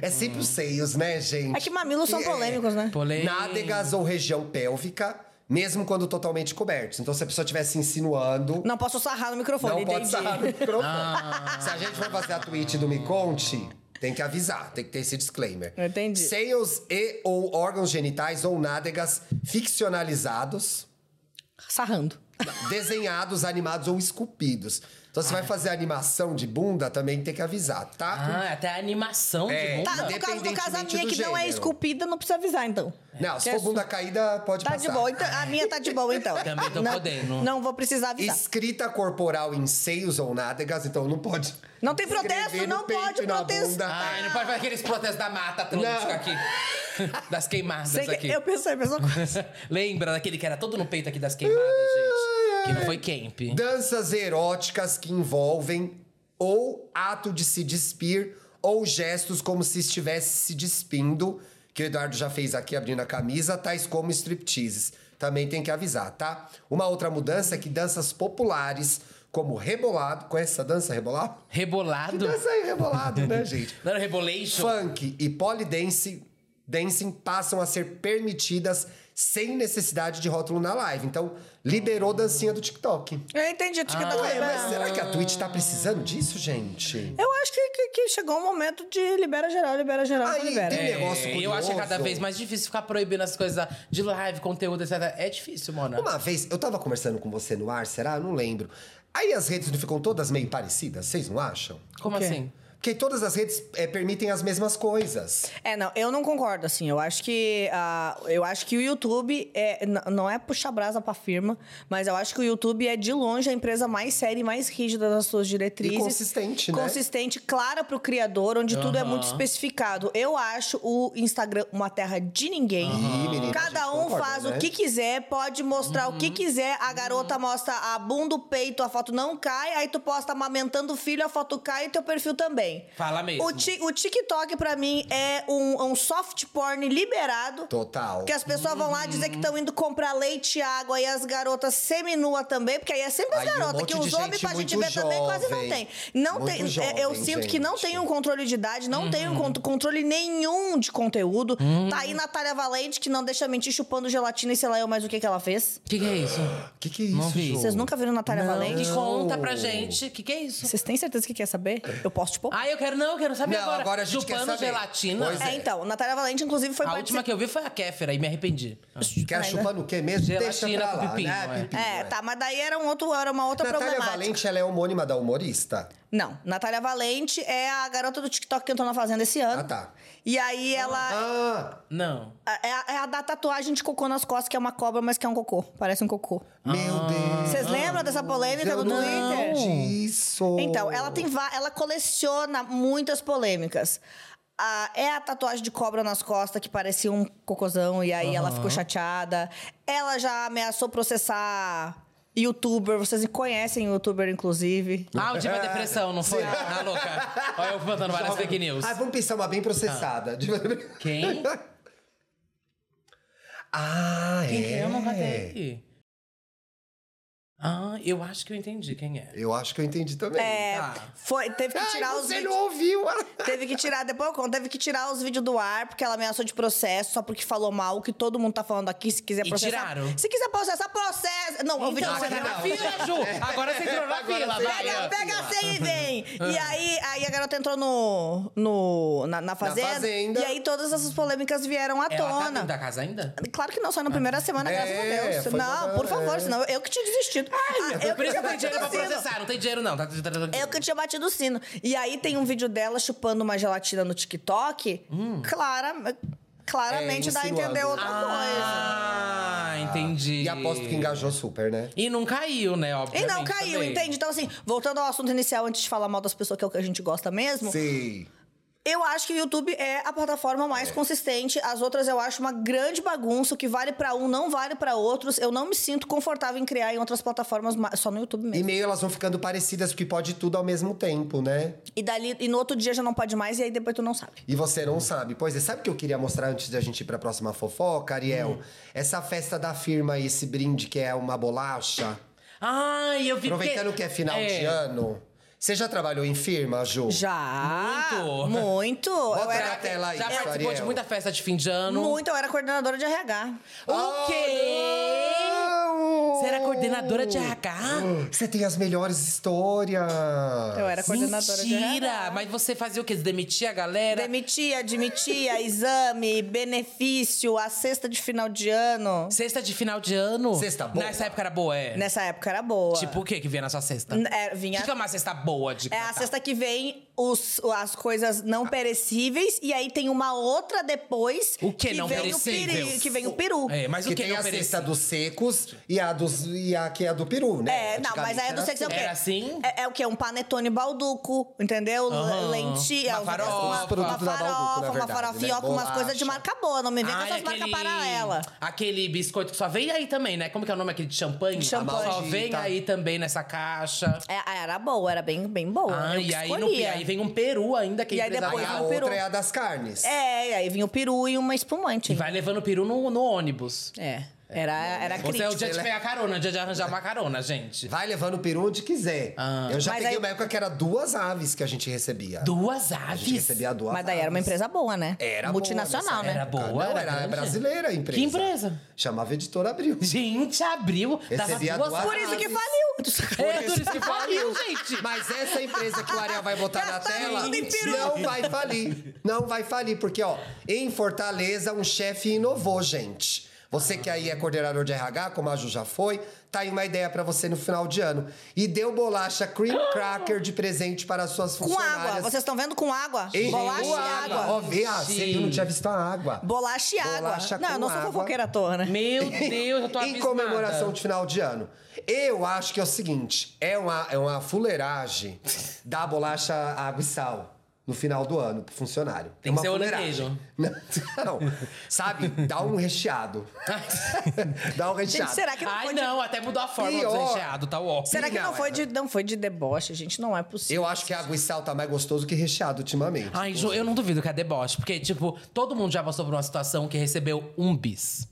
é sempre os seios, né, gente? É que mamilos são É. polêmicos, né? Polêmica. Nádegas ou região pélvica, mesmo quando totalmente cobertos. Então, se a pessoa estiver se insinuando, Não posso sarrar no não, microfone, pode entendi. sair do microfone. Se a gente for fazer a tweet do Me Conte, tem que avisar, tem que ter esse disclaimer. Entendi. Seios e ou órgãos genitais ou nádegas ficcionalizados, Sarrando. desenhados, animados ou esculpidos. Então, você vai fazer animação de bunda, também tem que avisar, tá? Ah, até a animação É. de bunda. Tá, no caso do Independentemente caso, a minha do que não é gênero. Tá esculpida, não precisa avisar, então. Não, se Que é for bunda caída, pode Tá passar. de boa, então, a minha tá de boa, então. Também tô não, podendo. Não vou precisar avisar. Escrita corporal em seios ou nádegas, então não pode. Não tem escrever protesto, no não peito pode e na protesto. bunda. Ai, não pode fazer aqueles protestos da Mata Atlântica Não. aqui. Das queimadas Sei que- aqui. eu pensei a mesma coisa. Lembra daquele que era todo no peito aqui das queimadas, gente? Que não foi camp. Danças eróticas que envolvem ou ato de se despir ou gestos como se estivesse se despindo, que o Eduardo já fez aqui abrindo a camisa, tais como stripteases. Também tem que avisar, tá? Uma outra mudança é que danças populares, como rebolado, conhece essa dança rebolado? Rebolado? Dança aí rebolado, né, gente? Não era rebolation? Funk e polidense dancing passam a ser permitidas sem necessidade de rótulo na live. Então, liberou dancinha do TikTok. Eu entendi, tu que tá Ah, Ué, É, mas liberando. será que a Twitch tá precisando disso, gente? Eu acho que, que- que chegou o momento de libera geral, libera geral, Aí, não libera. tem- negócio É, eu acho que é cada curioso. vez mais difícil ficar proibindo as coisas de live, conteúdo, etc. É difícil, Mona. Uma vez, eu tava conversando com você no ar, será? Eu não lembro. Aí as redes não ficam todas meio parecidas, vocês não acham? Como O quê? assim? Porque todas as redes eh, permitem as mesmas coisas. É, não, eu não concordo, assim. Eu acho que. ah, eu acho que o YouTube é, n- não é puxar brasa pra firma, mas eu acho que o YouTube é de longe a empresa mais séria e mais rígida das suas diretrizes. E consistente, né? Consistente, clara pro criador, onde tudo é muito especificado. Eu acho o Instagram uma terra de ninguém. Ih, menina, a Cada gente um concorda, faz o né? que quiser, pode mostrar o que quiser. A garota mostra a bunda, o peito, a foto não cai, aí tu posta amamentando o filho, a foto cai e teu perfil também. Fala mesmo. O, Ti- o TikTok, pra mim, é um, um soft porn liberado. Total. Que as pessoas vão lá dizer que estão indo comprar leite e água e as garotas seminua também, porque aí é sempre as Aí um garotas, monte que os de homens gente pra gente ver muito também quase não jovem. tem. Não Muito tem é, jovem, eu sinto que não gente. tem um controle de idade, não tem um con- controle nenhum de conteúdo. Tá aí Natália Valente, que não deixa mentir chupando gelatina e sei lá eu mais o que, que ela fez. O que, que é isso? O que, que é isso, Não vi. Ju? Vocês nunca viram Natália Valente? Que conta pra gente. O que, que é isso? Vocês têm certeza que quer saber? Eu posso te poupar. Ah, eu quero não, eu quero saber Não, agora. agora a gente Chupando quer saber. gelatina. Pois É, então, Natália Valente, inclusive, foi A participar. última que eu vi foi a Kéfera e me arrependi. Quer chupar no quê mesmo? Deixa né? Gelatina pra com lá, pepino, né? é. Pepino, É, é. tá, mas daí era, um outro, era uma outra Natália problemática. Valente, ela é homônima da humorista? Não, Natália Valente é a garota do TikTok que entrou na Fazenda esse ano. Ah, tá. E aí ela. Ah, Não. É, a- é a da tatuagem de cocô nas costas, que é uma cobra, mas que é um cocô. Parece um cocô. meu Deus. Vocês lembram dessa tá polêmica Eu do Ah. não Twitter? lembro disso. Então, ela tem va- ela coleciona muitas polêmicas. Ah, é a tatuagem de cobra nas costas que parecia um cocôzão e aí ela ficou chateada. Ela já ameaçou processar youtuber, vocês conhecem youtuber inclusive. Ah, o Diva Depressão, não foi? Ah, louca. Olha eu plantando várias fake news. Ah, vamos pensar uma bem processada. Quem? ah, Quem que é. é? Eu não catei. Ah, eu acho que eu entendi quem é. Eu acho que eu entendi também. É, Tá. foi, teve que Ai, tirar os você vídeos. não ouviu. Teve que tirar, depois eu conto, teve que tirar os vídeos do ar, porque ela ameaçou de processo, só porque falou mal, o que todo mundo tá falando aqui, se quiser E processar. tiraram? Se quiser processar, processa. Não, o vídeo Então, não você foi tá na tirado. fila, Ju. Agora você entrou na Agora fila, Ah. você vai. Pega, pega a senha e vem. E aí, aí a garota entrou no, no, na, na fazenda, Fazenda. E aí todas essas polêmicas vieram à Ela tá Ah. tona. dentro da casa ainda? Claro que não, só na primeira semana, É, graças a Deus. foi Não, uma- por favor, é. senão eu que tinha desistido. Ah, eu Por que tinha isso que tem dinheiro pra desistido. processar. Não tem dinheiro, não. Tá, tá, tá, tá. Eu que tinha batido É o sino. E aí tem um vídeo dela chupando uma gelatina no TikTok. Clara, claramente É, dá a entender insinuando. outra Ah, entendi. E aposto que engajou super, né? E não caiu, né? coisa. Obviamente, E não caiu, também. entende? Então, assim, voltando ao assunto inicial, antes de falar mal das pessoas, que é o que a gente gosta mesmo, Sim. eu acho que o YouTube é a plataforma mais consistente. As outras eu acho uma grande bagunça. O que vale pra um não vale pra outros. Eu não me sinto confortável em criar em outras plataformas, ma- só no YouTube E mesmo. meio elas vão ficando parecidas, porque pode tudo ao mesmo tempo, né? E, dali, e no outro dia já não pode mais, e aí depois tu não sabe. E você não sabe. Pois é, sabe o que eu queria mostrar antes da gente ir pra próxima fofoca, Ariel? Essa festa da firma e esse brinde que é uma bolacha. Ai, eu vi Aproveitando que é final É. de ano. Você já trabalhou em firma, Ju? Já! Muito. Muito! eu Bota era na tela aí, Já participou de Ariel. muita festa de fim de ano. Muito, eu era coordenadora de RH. O quê? Não! Você era coordenadora de RH? Você tem as melhores histórias. Eu era coordenadora de Mentira! RH. Mas você fazia o quê? Demitia a galera? Demitia, admitia, exame, benefício, a cesta de final de ano. Sexta de final de ano? Sexta boa. Nessa época era boa, é? Nessa época era boa. Tipo o que que vinha na sua cesta? N- é, O vinha- que, que é uma cesta boa de É a Natal? cesta que vem os, as coisas não perecíveis e aí tem uma outra depois O que não vem perecível? O peri, que vem o peru. É, mas o que que tem não a perecia? cesta dos secos e a, dos, e a que é a do peru, né? É, não, mas aí eu não sei se é o quê? Era assim? É, é o quê? Um panetone balduco, entendeu? Aham. Lentilha. Uma farofa. Uma, Os produtos uma da Balduco, na farofa, uma verdade, farofinha né? com umas Bolacha. coisas de marca boa. Não me vem com Ai, essas marcas paralelas. Ah, Aquele biscoito que só vem aí também, né? Como que é o nome aquele de champanhe? Champanhe. Só vem aí também nessa caixa. É, era boa, era bem, bem boa. Ah, eu e que aí, no, escolhia. aí vem um peru ainda que E é aí depois Aí empresarial. a um peru. outra é a das carnes. É, e aí vinha o peru e uma espumante. E vai levando o peru no, no ônibus. É, era, era Você é o crítico. né? dia de pegar carona, é o dia de arranjar uma carona, gente. Vai levando o peru onde quiser. Eu já Mas peguei aí- uma época que era duas aves que a gente recebia. Ah. Duas A gente aves. recebia duas Mas daí era uma aves. empresa boa, né? Era boa Multinacional, nessa né? Era boa, Não, era era, grande. brasileira a empresa. Que empresa? Chamava Editora Abril. Gente, abriu. Dava Recebia duas duas Por isso que aves. faliu. É, por isso que faliu, gente. Mas essa empresa que o Ariel vai botar na Gastaram tela tudo em peru. não vai falir. Não vai falir, porque, ó, em Fortaleza, um chefe inovou, gente. Você que aí é coordenador de RH, como a Ju já foi, tá aí uma ideia pra você no final de ano. E deu bolacha cream cracker de presente para as suas Com funcionárias. água. Vocês estão vendo com água? Em Bolacha e água. Ó, água. vê, ah, você não tinha visto a água. Bolacha e água. Bolacha Não, eu com não sou água. fofoqueira à toa, né? Meu Deus, eu tô em abismada. comemoração de final de ano. Eu acho que é o seguinte: é uma, é uma fuleiragem da bolacha água e sal no final do ano pro funcionário. Tem que é uma ser fuleiragem. holandês, Não, não. Sabe, dá um recheado. dá um Gente, recheado. será que não Ai, foi de... não, até mudou a forma do Pior. recheado, tá ó. Será que não Não, foi é- de... Não foi de deboche, gente. Não é possível. Eu acho que água e sal tá mais gostoso que recheado ultimamente. Ai, Ju, eu não duvido que é deboche. Porque, tipo, todo mundo já passou por uma situação que recebeu um bis.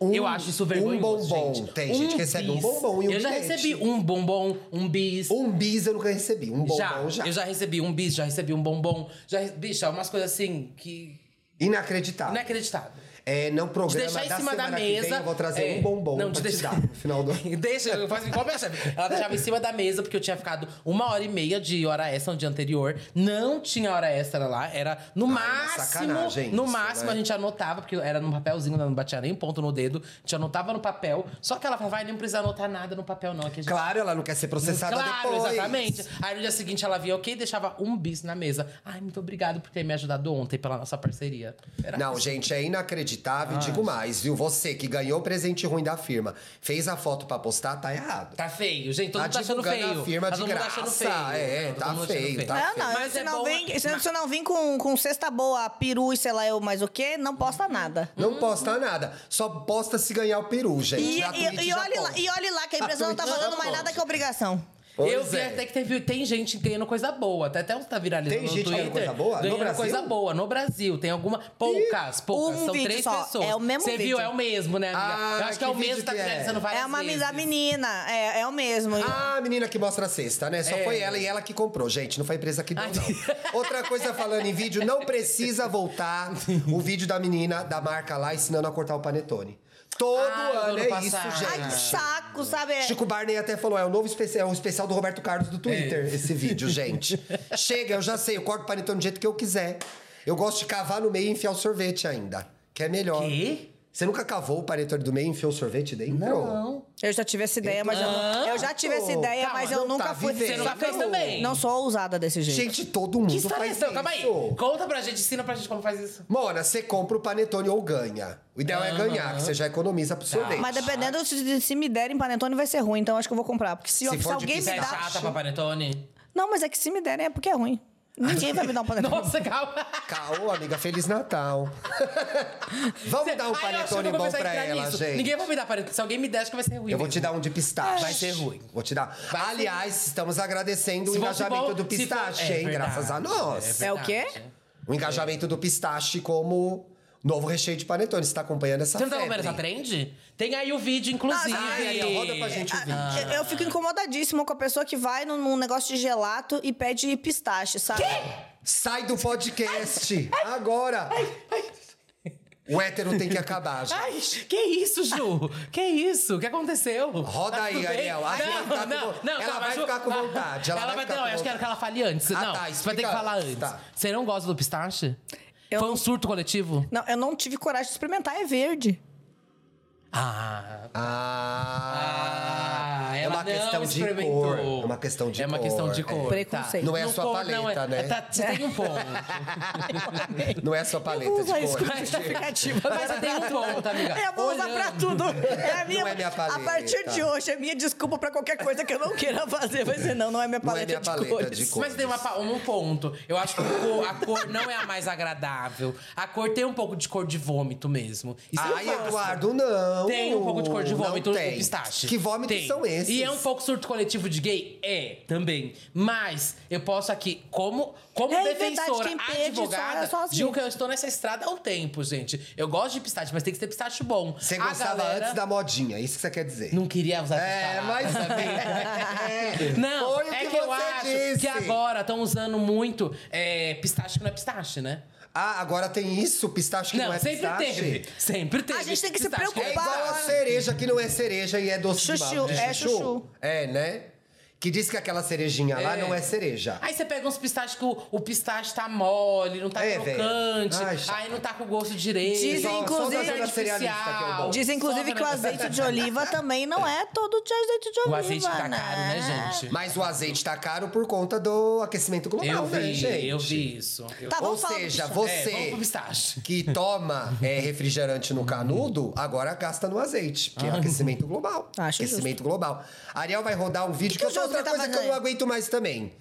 eu acho isso vergonhoso, Um bombom. gente. Tem gente que recebe um bis. bombom e um Eu já bilhete. recebi um bombom, um bis. Um bis eu nunca recebi. Um bombom já. já, Eu já recebi um bis, já recebi um bombom. Já, re- bicha, umas coisas assim que... Inacreditável. Inacreditável. É, não Te programa deixar em da cima da semana que mesa. vem, eu vou trazer é, um bombom não, pra te te deixar- dar no final do ano. Deixa, eu faço igual minha chefe. Ela deixava em cima da mesa, porque eu tinha ficado uma hora e meia de hora extra no dia anterior. Não tinha hora extra lá. Era no máximo. sacanagem No isso, máximo né? a gente anotava, porque era num papelzinho, não batia nem ponto no dedo. A gente anotava no papel. Só que ela falava, vai, nem precisa anotar nada no papel, não. é que a gente Claro, ela não quer ser processada claro, depois. exatamente. Aí no dia seguinte ela via ok e deixava um bis na mesa. Ai, muito obrigado por ter me ajudado ontem pela nossa parceria. Era Não, gente, é inacreditável. e Digo mais, viu? Você que ganhou o presente ruim da firma, fez a foto pra postar, tá errado. Tá feio, gente. Todo Tá mundo tá achando divulgando feio. a firma Tá de todo mundo graça. achando feio. É, Todo tá mundo achando feio, tá Ah, não, Mas se, é não bom- vem, se, não, se não vem com, com cesta boa, peru e sei lá eu mais o quê, não Uhum. posta nada. Não posta nada. Só posta se ganhar o peru, gente. E, Na e, Twitch e É, já olhe lá, pode. e olhe lá que a Na empresa não tá Twitch já falando mais pode. nada que obrigação. eu Pois vi é. até que teve, tem gente ganhando coisa boa. Até até uns tá viralizando Tem no gente ganhando Twitter. coisa boa? No Ganhando Brasil? coisa boa. No Brasil. Tem alguma. Poucas, poucas. um São vídeo três só. pessoas. É o mesmo Você vídeo. viu, é o mesmo, né, amiga? Ah, eu acho que, é o que mesmo que vídeo tá que é? viralizando várias é uma vezes. da menina, é, é o mesmo. Ah, a menina que mostra a cesta, né? Só É. foi ela e ela que comprou, gente. Não foi a empresa que deu, Ai. não. Outra coisa falando em vídeo, não precisa voltar o vídeo da menina da marca lá ensinando a cortar o panetone. Todo Ah, do ano ano é passado. isso, Ai, que gente. saco, sabe? Chico Barney até falou, é o novo especial, é o especial do Roberto Carlos do Twitter, É. esse vídeo, gente. Chega, eu já sei, eu corto o panetone do jeito que eu quiser. Eu gosto de cavar no meio e enfiar o sorvete ainda, que é melhor. Quê? Você nunca cavou o panetone do meio e enfiou o sorvete dentro? Não. Eu já tive essa ideia, mas eu, não- eu já tive essa ideia, Calma, mas eu não nunca tá fui. vivendo. Você nunca fez Não- também? Não sou ousada desse jeito. Gente, todo mundo Que história é faz essa? Calma aí. isso. Conta pra gente, ensina pra gente como faz isso. Mona, você compra o panetone ou ganha. O ideal é ganhar, que você já economiza pro Tá. sorvete. Mas dependendo se, de- se me derem panetone, vai ser ruim, então acho que eu vou comprar. Porque se, ah. Se se, for tá de alguém Você me é pizza dá. chata, Papanetone? Não, mas é que se me derem é porque é ruim. Ninguém vai me dar um panetone. Nossa, calma. Caô, amiga, Feliz Natal. Vamos dar um Ai, eu acho que eu panetone vou bom começar a pra entrar ela, nisso. gente. Ninguém vai me dar panetone. Se alguém me der, acho que vai ser ruim. Eu vou mesmo. te dar um de pistache. Vai ser ruim. Vou te dar. Aliás, estamos agradecendo Se o for- engajamento se for- do se for- pistache, é hein? verdade. Graças a nós. É o quê? verdade. O engajamento do pistache como novo recheio de panetone. Você tá acompanhando essa Você não tá febre. acompanhando essa trend? Tem aí o vídeo, inclusive. Ah, Ai, Ariel, roda pra gente o vídeo. Ah, eu- Eu fico incomodadíssima com a pessoa que vai num, num negócio de gelato e pede pistache, sabe? Sai do podcast agora! O hétero tem que acabar, gente. Ai, que isso, Ju? Que isso? O que aconteceu? Roda Tá aí, tudo bem? Ariel. A Ariel Não, tá com não, vo- não, ela calma, vai Ju. ficar com vontade, ela vai vai ficar Não, com eu acho que eu vontade. quero que ela fale antes. Ah, não, tá, você vai ter que explica falar antes, antes. tá. Você não gosta do pistache? Eu Foi um não- surto coletivo? Não, eu não tive coragem de experimentar, é verde. Ah. Ah, é ela uma não questão de experimentou. cor. É uma questão de É uma cor. questão de cor. Preconceito. tá. Não é a sua cor, paleta, não né? é- tá, você tem um ponto. Não é só paleta eu vou de usar isso cor. como justificativa. Mas você tem um tá, ponto, amiga. Eu vou usar pra Olhando. tudo. É a minha, Não é minha paleta. a partir de hoje, é minha desculpa pra qualquer coisa que eu não queira fazer. Vai ser, não, não é minha Não é paleta, minha de, paleta cores. de cor. Mas tem uma, pa- um ponto. Eu acho que a cor, a cor não é a mais agradável. A cor tem um pouco de cor de vômito mesmo. Isso eu Ai, gosto. Eduardo, Ah, não. um Tem um pouco de cor de Não vômito no tem. pistache. Que vômitos Tem. são esses? E é um pouco surto coletivo de gay? É, também. Mas eu posso aqui, como, como É verdade, defensora, quem perde advogada, só é sozinho. digo que eu estou nessa estrada há um tempo, gente. Eu gosto de pistache, mas tem que ser pistache bom. Você A gostava galera antes da modinha, é isso que você quer dizer. Não queria usar É, mas. pistache. tá É. Não, Foi o é que, que, você eu acho disse. que agora estão usando muito é, pistache que não é pistache, né? Ah, agora tem isso, pistache que não, não, é sempre pistache. teve. Sempre teve. A gente tem que se Pistache É é preocupar. igual a Para. cereja que não é cereja e é doce de Chuchu, de é chuchu. É, né? Que diz que aquela cerejinha lá É. não é cereja. Aí você pega uns pistaches que o, o pistache tá mole, não tá É, velho. crocante, Ai, chato. aí não tá com gosto direito. Dizem, só- inclusive- só Só da cerealista que é o bom. Diz, inclusive, Só que o da- azeite de oliva também não é todo de azeite de O oliva, azeite tá caro, né, é. gente? Mas o azeite tá caro por conta do aquecimento global, eu né, vi, gente? eu vi isso. Eu... Tá, Ou vamos falar do seja, pistache. É, vamos você pro pistache. que toma é, refrigerante no canudo, agora gasta no azeite, porque é aquecimento global. Acho aquecimento gloural. global. Ariel vai rodar um vídeo que que, o é outra Josué tá coisa que eu não fazendo? aguento mais também.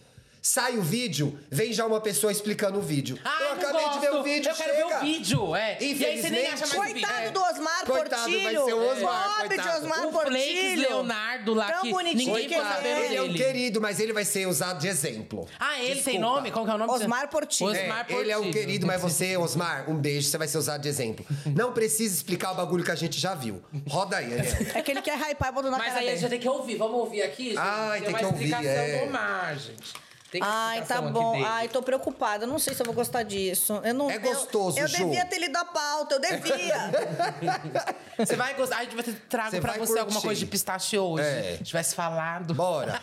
Sai o vídeo, vem já uma pessoa explicando o vídeo. Ah, eu não acabei gosto. de ver o vídeo, Eu quero chega. ver o vídeo, é. E aí você nem acha mais o vídeo. Coitado É. do Osmar Coitado, Portilho. vai ser o Osmar, Pobre coitado. de Osmar O Flakes Portilho. Leonardo lá Tão que bonitinho ninguém que quer ele saber é. Ele é um dele. querido, mas ele vai ser usado de exemplo. Ah, ele tem Desculpa. nome? Qual que é o nome? Osmar Portilho. Osmar É, Portilho. ele é um querido, mas você, Osmar, um beijo, você vai ser usado de exemplo. Não precisa explicar o bagulho que a gente já viu. Roda aí, Ariel. É que ele quer hypar e botou na Mas cara aí a gente dele. vai ter que ouvir. Vamos ouvir aqui? gente? Ai, Ah, tem uma que ouvir, explicação é. do Omar, Ah, gente. Tem que Ai, tá explicação aqui bom. dele. Ai, tô preocupada. Não sei se eu vou gostar disso. Eu não, É eu- gostoso, Eu, Ju. devia ter lido a pauta, eu devia. Você vai gostar. A gente vai ter trago Você pra vai você alguma curtir. coisa de pistache hoje. É. Tivesse falado. Bora.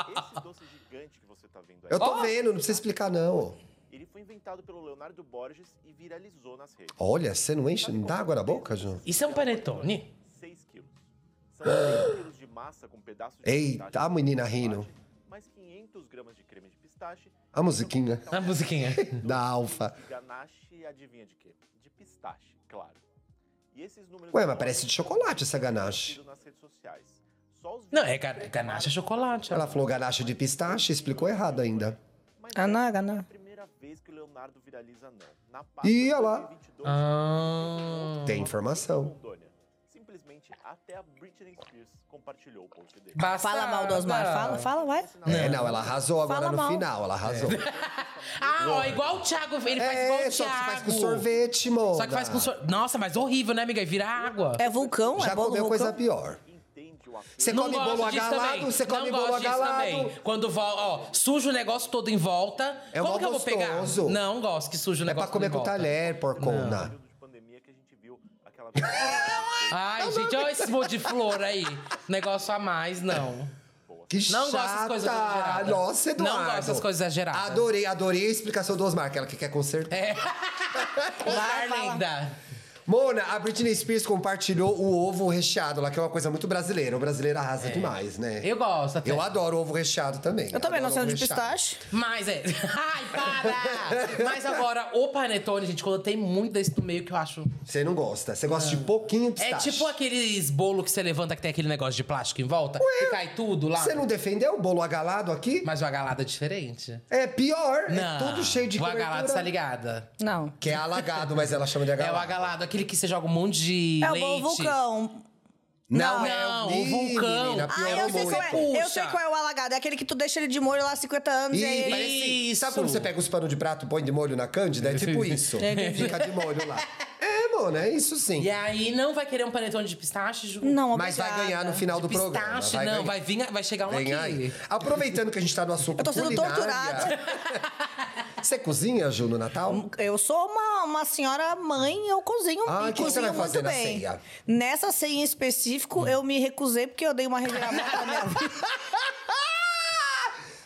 Esse doce gigante que você tá vendo aí, Eu tô vendo, não precisa explicar, não. ele foi inventado pelo Leonardo Borges e viralizou nas redes. Olha, você não enche, não dá água na boca, João? Isso é um panetone? 6 quilos. São 100 quilos de massa com pedaços de Eita, pistache Ah. tá a menina com chocolate, rindo. Mais 500 gramas de creme de pistache. Tá A musiquinha. A musiquinha. Da Alfa. E ganache, adivinha de quê? De pistache, claro. E esses números Ué, mas enormes parece de chocolate essa ganache. foram nas redes sociais. Só os Não, vídeos é ga- é ganache é chocolate. Ela falou ganache de pistache, explicou errado ainda. Mas Ah, não, essa ah, não. é a primeira vez que o Leonardo viraliza não. Na Páscoa Ih, olha lá. 2022, Ah. Tem informação. Rondônia. Simplesmente até a Britney Spears compartilhou o post dele. Passada. Fala mal do Osmar, fala, fala, vai. É, não, ela arrasou agora Fala no mal. final, ela arrasou. Ah, ó, igual o Thiago. Ele faz igual É, o Thiago. só que faz com sorvete, mano. Só que faz com sorvete. Nossa, mas horrível, né, amiga? Vira água. É vulcão? Já é bolo comeu vulcão? coisa pior. Entende o apelo Você Não come gosto bolo disso agalado, também. você come não bolo gosto disso agalado. também. Quando vol- ó, suja o negócio todo em volta. É Como mó que eu vou pegar? gostoso. Não gosto que suja É o negócio pra comer todo com em volta. talher, porcona. período de pandemia que a gente viu aquela coisa Ai, gente, olha esse monte de flor aí. Negócio a mais, não. Que chata. Não gosto dessas coisas exageradas. Nossa, Não Eduardo. gosto dessas coisas exageradas. É. Adorei, adorei a explicação do Osmar, que é ela que quer consertar. Vai, linda. Mona, a Britney Spears compartilhou o ovo recheado lá, que é uma coisa muito brasileira. O brasileiro arrasa demais, né? É. Eu gosto até. Eu adoro ovo recheado também. Eu também não Adoro ovo sei onde de recheado. pistache. Mas é. Ai, para! Mas agora, o panetone, gente, quando tem muito desse no meio que eu acho. Você não gosta. Você gosta de pouquinho É pistache. tipo aqueles bolo que você levanta que tem aquele negócio de plástico em volta e cai tudo lá. Você não defendeu o bolo agalado aqui? Mas o agalado é diferente. É pior. Não. É tudo cheio de O agalado, cobertura. você tá ligado? Não. Que é alagado, mas ela chama de É agalado. o agalado, aquele que você joga um monte de É o leite. bolo vulcão. Não, Não, é o Ih, vulcão. menina, Ah, piorou eu sei muito. qual é. Eu sei Puxa. qual é o alagado. É aquele que tu deixa ele de molho lá há 50 anos. e aí Ih, ele- parece- Isso. Sabe quando você pega os panos de prato e põe de molho na Cândida? É tipo isso. Fica de molho lá. É, mano, é isso sim. E aí, não vai querer um panetone de pistache, Ju? Não, Mas vai obrigada. ganhar no final do programa. Pistache, Vai não. ganhar. Vai, vir, vai chegar um Vem aqui. aí. Aproveitando que a gente tá no assunto Eu tô sendo culinária, torturada. Você cozinha, Ju, no É Natal? Eu sou uma, uma senhora mãe, eu cozinho Ah, e o que cozinho você vai muito fazer na bem. ceia? Nessa ceia em específico, eu me recusei porque eu dei uma reviravolta na minha vida.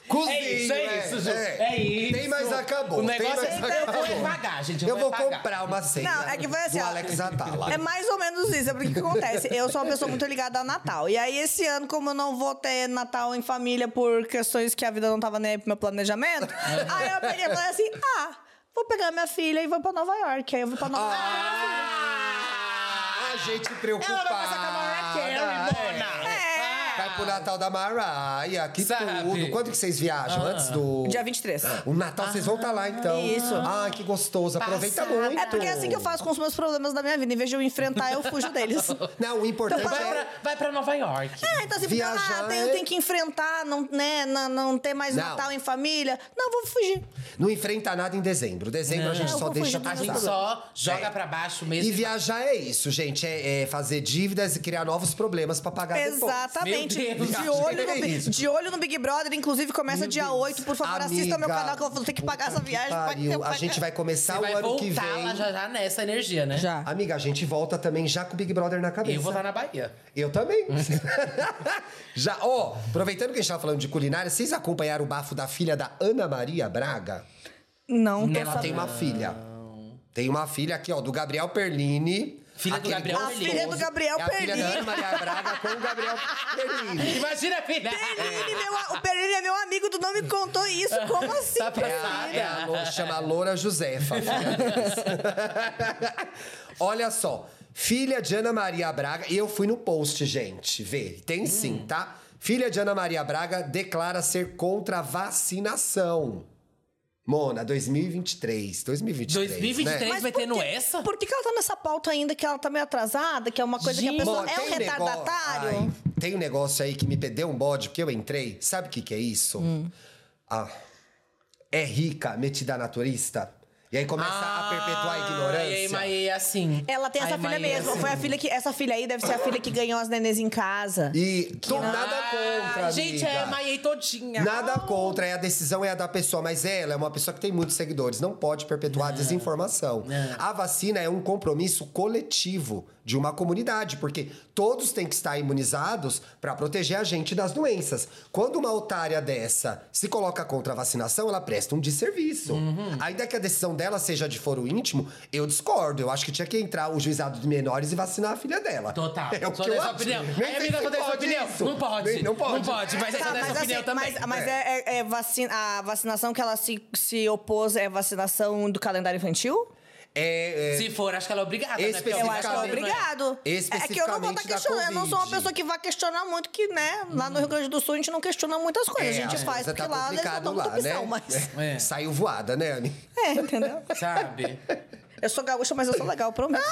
Cozinho! É isso, é isso, Ju. É, isso. Tem mais acabou. O negócio tem mais é eu acabou. vou é pagar, gente. Eu vou é pagar. comprar uma ceia Não, é que foi assim, do ó. Alex Atala. É mais ou menos isso, é porque o que acontece? Eu sou uma pessoa muito ligada a Natal. E aí, esse ano, como eu não vou ter Natal em família por questões que a vida não tava nem aí pro meu planejamento, aí eu peguei e falei assim: ah, vou pegar minha filha e vou pra Nova York. Aí eu vou pra Nova York. Ah, a gente preocupada. Ela vai passar com a Mariah ah, Carey, mona. É. Vai pro Natal da Mariah, que Sabe? Ah. tudo. Quando que vocês viajam? Antes do... Dia 23. O Natal, vocês vão estar lá, então. Isso. Ah, que gostoso. Aproveita muito. É porque é assim que eu faço com os meus problemas da minha vida. Em vez de eu enfrentar, eu fujo deles. Não, o importante Então, Vai é... pra, vai pra Nova York. É, então assim, Viajar fica, ah, tem- é- eu tenho que enfrentar, não, né, não, não ter mais Não. Natal em família. Não, vou fugir. Não enfrenta nada em dezembro. Dezembro a gente Não, só eu vou deixa fugir passar. dos A gente só joga pra baixo mesmo. É. E viajar é isso, gente. É, é fazer dívidas e criar novos problemas pra pagar Exatamente. Meu Deus, de, olho no, que Bi- isso? de olho no Big Brother, inclusive começa dia 8. Por favor, assista meu Amiga, canal que eu vou ter um que pagar essa depois. viagem. Pariu. pra- A gente vai começar Você o vai ano que voltar vem. lá já, já nessa energia, né? Já. Amiga, a gente volta também já com o Big Brother na cabeça. Eu vou estar na Bahia. Eu também. já, ó, aproveitando que a gente tava falando de culinária, vocês acompanharam o bafo da filha da Ana Maria Braga? Não, tô Ela tem uma filha. Tem uma filha aqui, ó, do Gabriel Perlini. Filha do Aquele Gabriel A gostoso. filha do Gabriel é a Perlini. filha da Ana Maria Braga com o Gabriel Perlini. Imagina, filha! É. Perlini, meu a- o Perlini é meu amigo do nome contou isso. Como assim? Tá É a, é a passada. Lo- chama Loura Josefa. filha deles. Olha só, filha de Ana Maria Braga. E eu fui no post, gente. Vê, tem sim, tá? Filha de Ana Maria Braga declara ser contra a vacinação. Mona, 2023. 2023. 2023 Né? vai por tendo que- essa? Por que, que ela tá nessa pauta ainda que ela tá meio atrasada? Que é uma coisa que Gente, a pessoa Mona, é um tem retardatário? negócio- Ai, tem um negócio aí que me perdeu um bode, porque eu entrei. Sabe o que, que é isso? Hum. Ah, é rica, metida naturista. E aí começa Ah, a perpetuar a ignorância. Ah, E aí, mas é assim. Ela tem essa Ai, filha mas é mesmo. assim. Foi a filha que. Essa filha aí deve ser a filha que ganhou as nenês em casa. E tô nada contra, Ah, Gente, amiga. é Maiei todinha. Nada contra, é a decisão é a da pessoa, mas ela é uma pessoa que tem muitos seguidores, não pode perpetuar a desinformação. A vacina é um compromisso coletivo de uma comunidade, porque todos têm que estar imunizados para proteger a gente das doenças. Quando uma otária dessa se coloca contra a vacinação, ela presta um desserviço. Uhum. Ainda que a decisão dela seja de foro íntimo, eu discordo. Eu acho que tinha que entrar o juizado de menores e vacinar a filha dela. Total. É o só que eu dessa acho. opinião. Nem Aí, sei amiga, se só dessa pode opinião. isso. Não pode. Nem- Não pode. Não pode, mas é só Tá, dessa mas opinião assim, também. mas, mas é, é- é vacina, a vacinação que ela se, se opôs é vacinação do calendário infantil? É, é, Se for, acho que ela é obrigada. né? Eu Porque acho que é Especificamente- obrigado. É que eu não vou estar especificamente da questionando. Eu não sou uma Covid. pessoa que vai questionar muito, que, né? Lá no Rio Grande do Sul a gente não questiona muitas coisas. É, a gente a faz coisa porque tá lá eles não complicado dão muita lá, né? opção, mas. É. Saiu voada, né, Anne? É, entendeu? Sabe? Eu sou gaúcha, mas eu sou legal, prometo.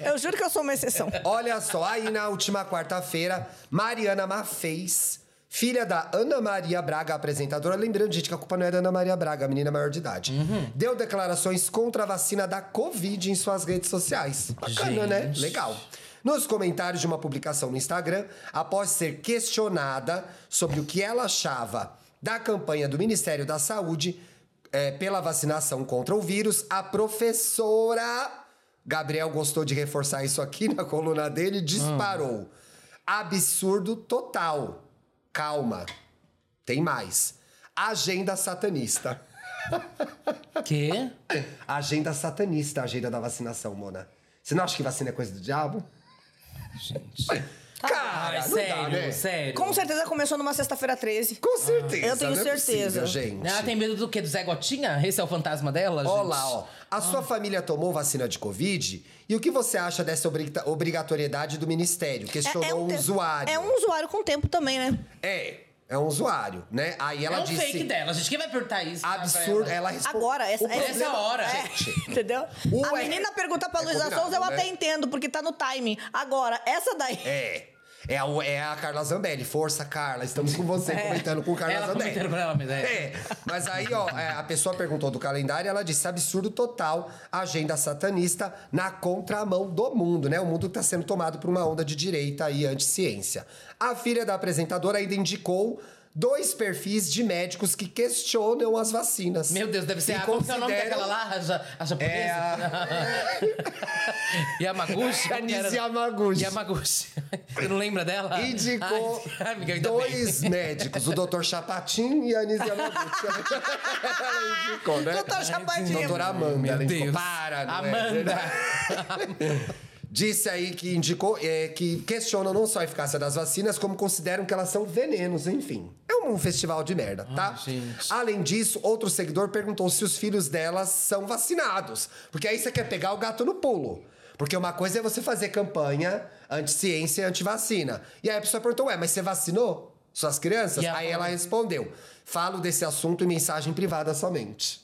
eu juro que eu sou uma exceção. Olha só, aí na última quarta-feira, Mariana Mafez, filha da Ana Maria Braga, apresentadora. Lembrando, gente, que a culpa não é da Ana Maria Braga, a menina maior de idade. Deu declarações contra a vacina da Covid em suas redes sociais. Bacana, né? Gente. Legal. Nos comentários de uma publicação no Instagram, após ser questionada sobre o que ela achava da campanha do Ministério da Saúde é, pela vacinação contra o vírus, a professora Gabriel gostou de reforçar isso aqui na coluna dele e disparou. Absurdo total. Calma. Tem mais. Agenda satanista. Que? Agenda satanista, a agenda da vacinação, Mona. Você não acha que vacina é coisa do diabo? Gente. Cara, Ai, não sério, dá, né? sério. Com certeza começou numa sexta-feira 13. Com certeza. Ah. Eu tenho não é certeza. Possível, gente. Né? Ela Ah, tem medo do quê? Do Zé Gotinha? Esse é o fantasma dela, gente? Ah. Olá, ó. A sua família tomou vacina de Covid? E o que você acha dessa obriga- obrigatoriedade do ministério? Questionou um, te- usuário. É um usuário com tempo também, né? É, é um usuário, né? Aí ela é um disse. fake dela, gente. Quem vai perguntar isso? pra Absurdo. ela? Ela respondeu. Agora, essa, o problema, essa hora. É, Gente. entendeu? O a é- menina pergunta pra é Luísa combinado, Souza, eu né? até entendo, porque tá no timing. Agora, essa daí. É. É a, é a Carla Zambelli. Força, Carla. Estamos com você, É. comentando com o Carla Ela Zambelli. comentando com ela, mas é. É. Mas aí, ó, é, a pessoa perguntou do calendário ela disse: absurdo total, agenda satanista na contramão do mundo, né? O mundo que tá sendo tomado por uma onda de direita e anti-ciência. A filha da apresentadora ainda indicou dois perfis de médicos que questionam as vacinas. Meu Deus, deve ser E a. Como que é o nome consideram- daquela lá? A, ja- a japonesa? É a- Yamaguchi? Como que era? Anise Yamaguchi. Yamaguchi. Você não lembra dela? Indicou Ai, amiga, ainda bem. dois médicos, o Dr. Chapatin e a Anise Yamaguchi. ela indicou, né? Doutor Chapadinho. Doutora Amanda, Meu ela indicou. Deus. Para, não é Amanda. Disse aí que indicou, é, que questionam não só a eficácia das vacinas, como consideram que elas são venenos, enfim. É um festival de merda, tá? Ah, gente. Além disso, outro seguidor perguntou se os filhos delas são vacinados. Porque aí você quer pegar o gato no pulo. Porque uma coisa é você fazer campanha anti-ciência e anti-vacina. E aí a pessoa perguntou, ué, mas você vacinou suas crianças? E a aí mãe? ela respondeu, falo desse assunto em mensagem privada somente.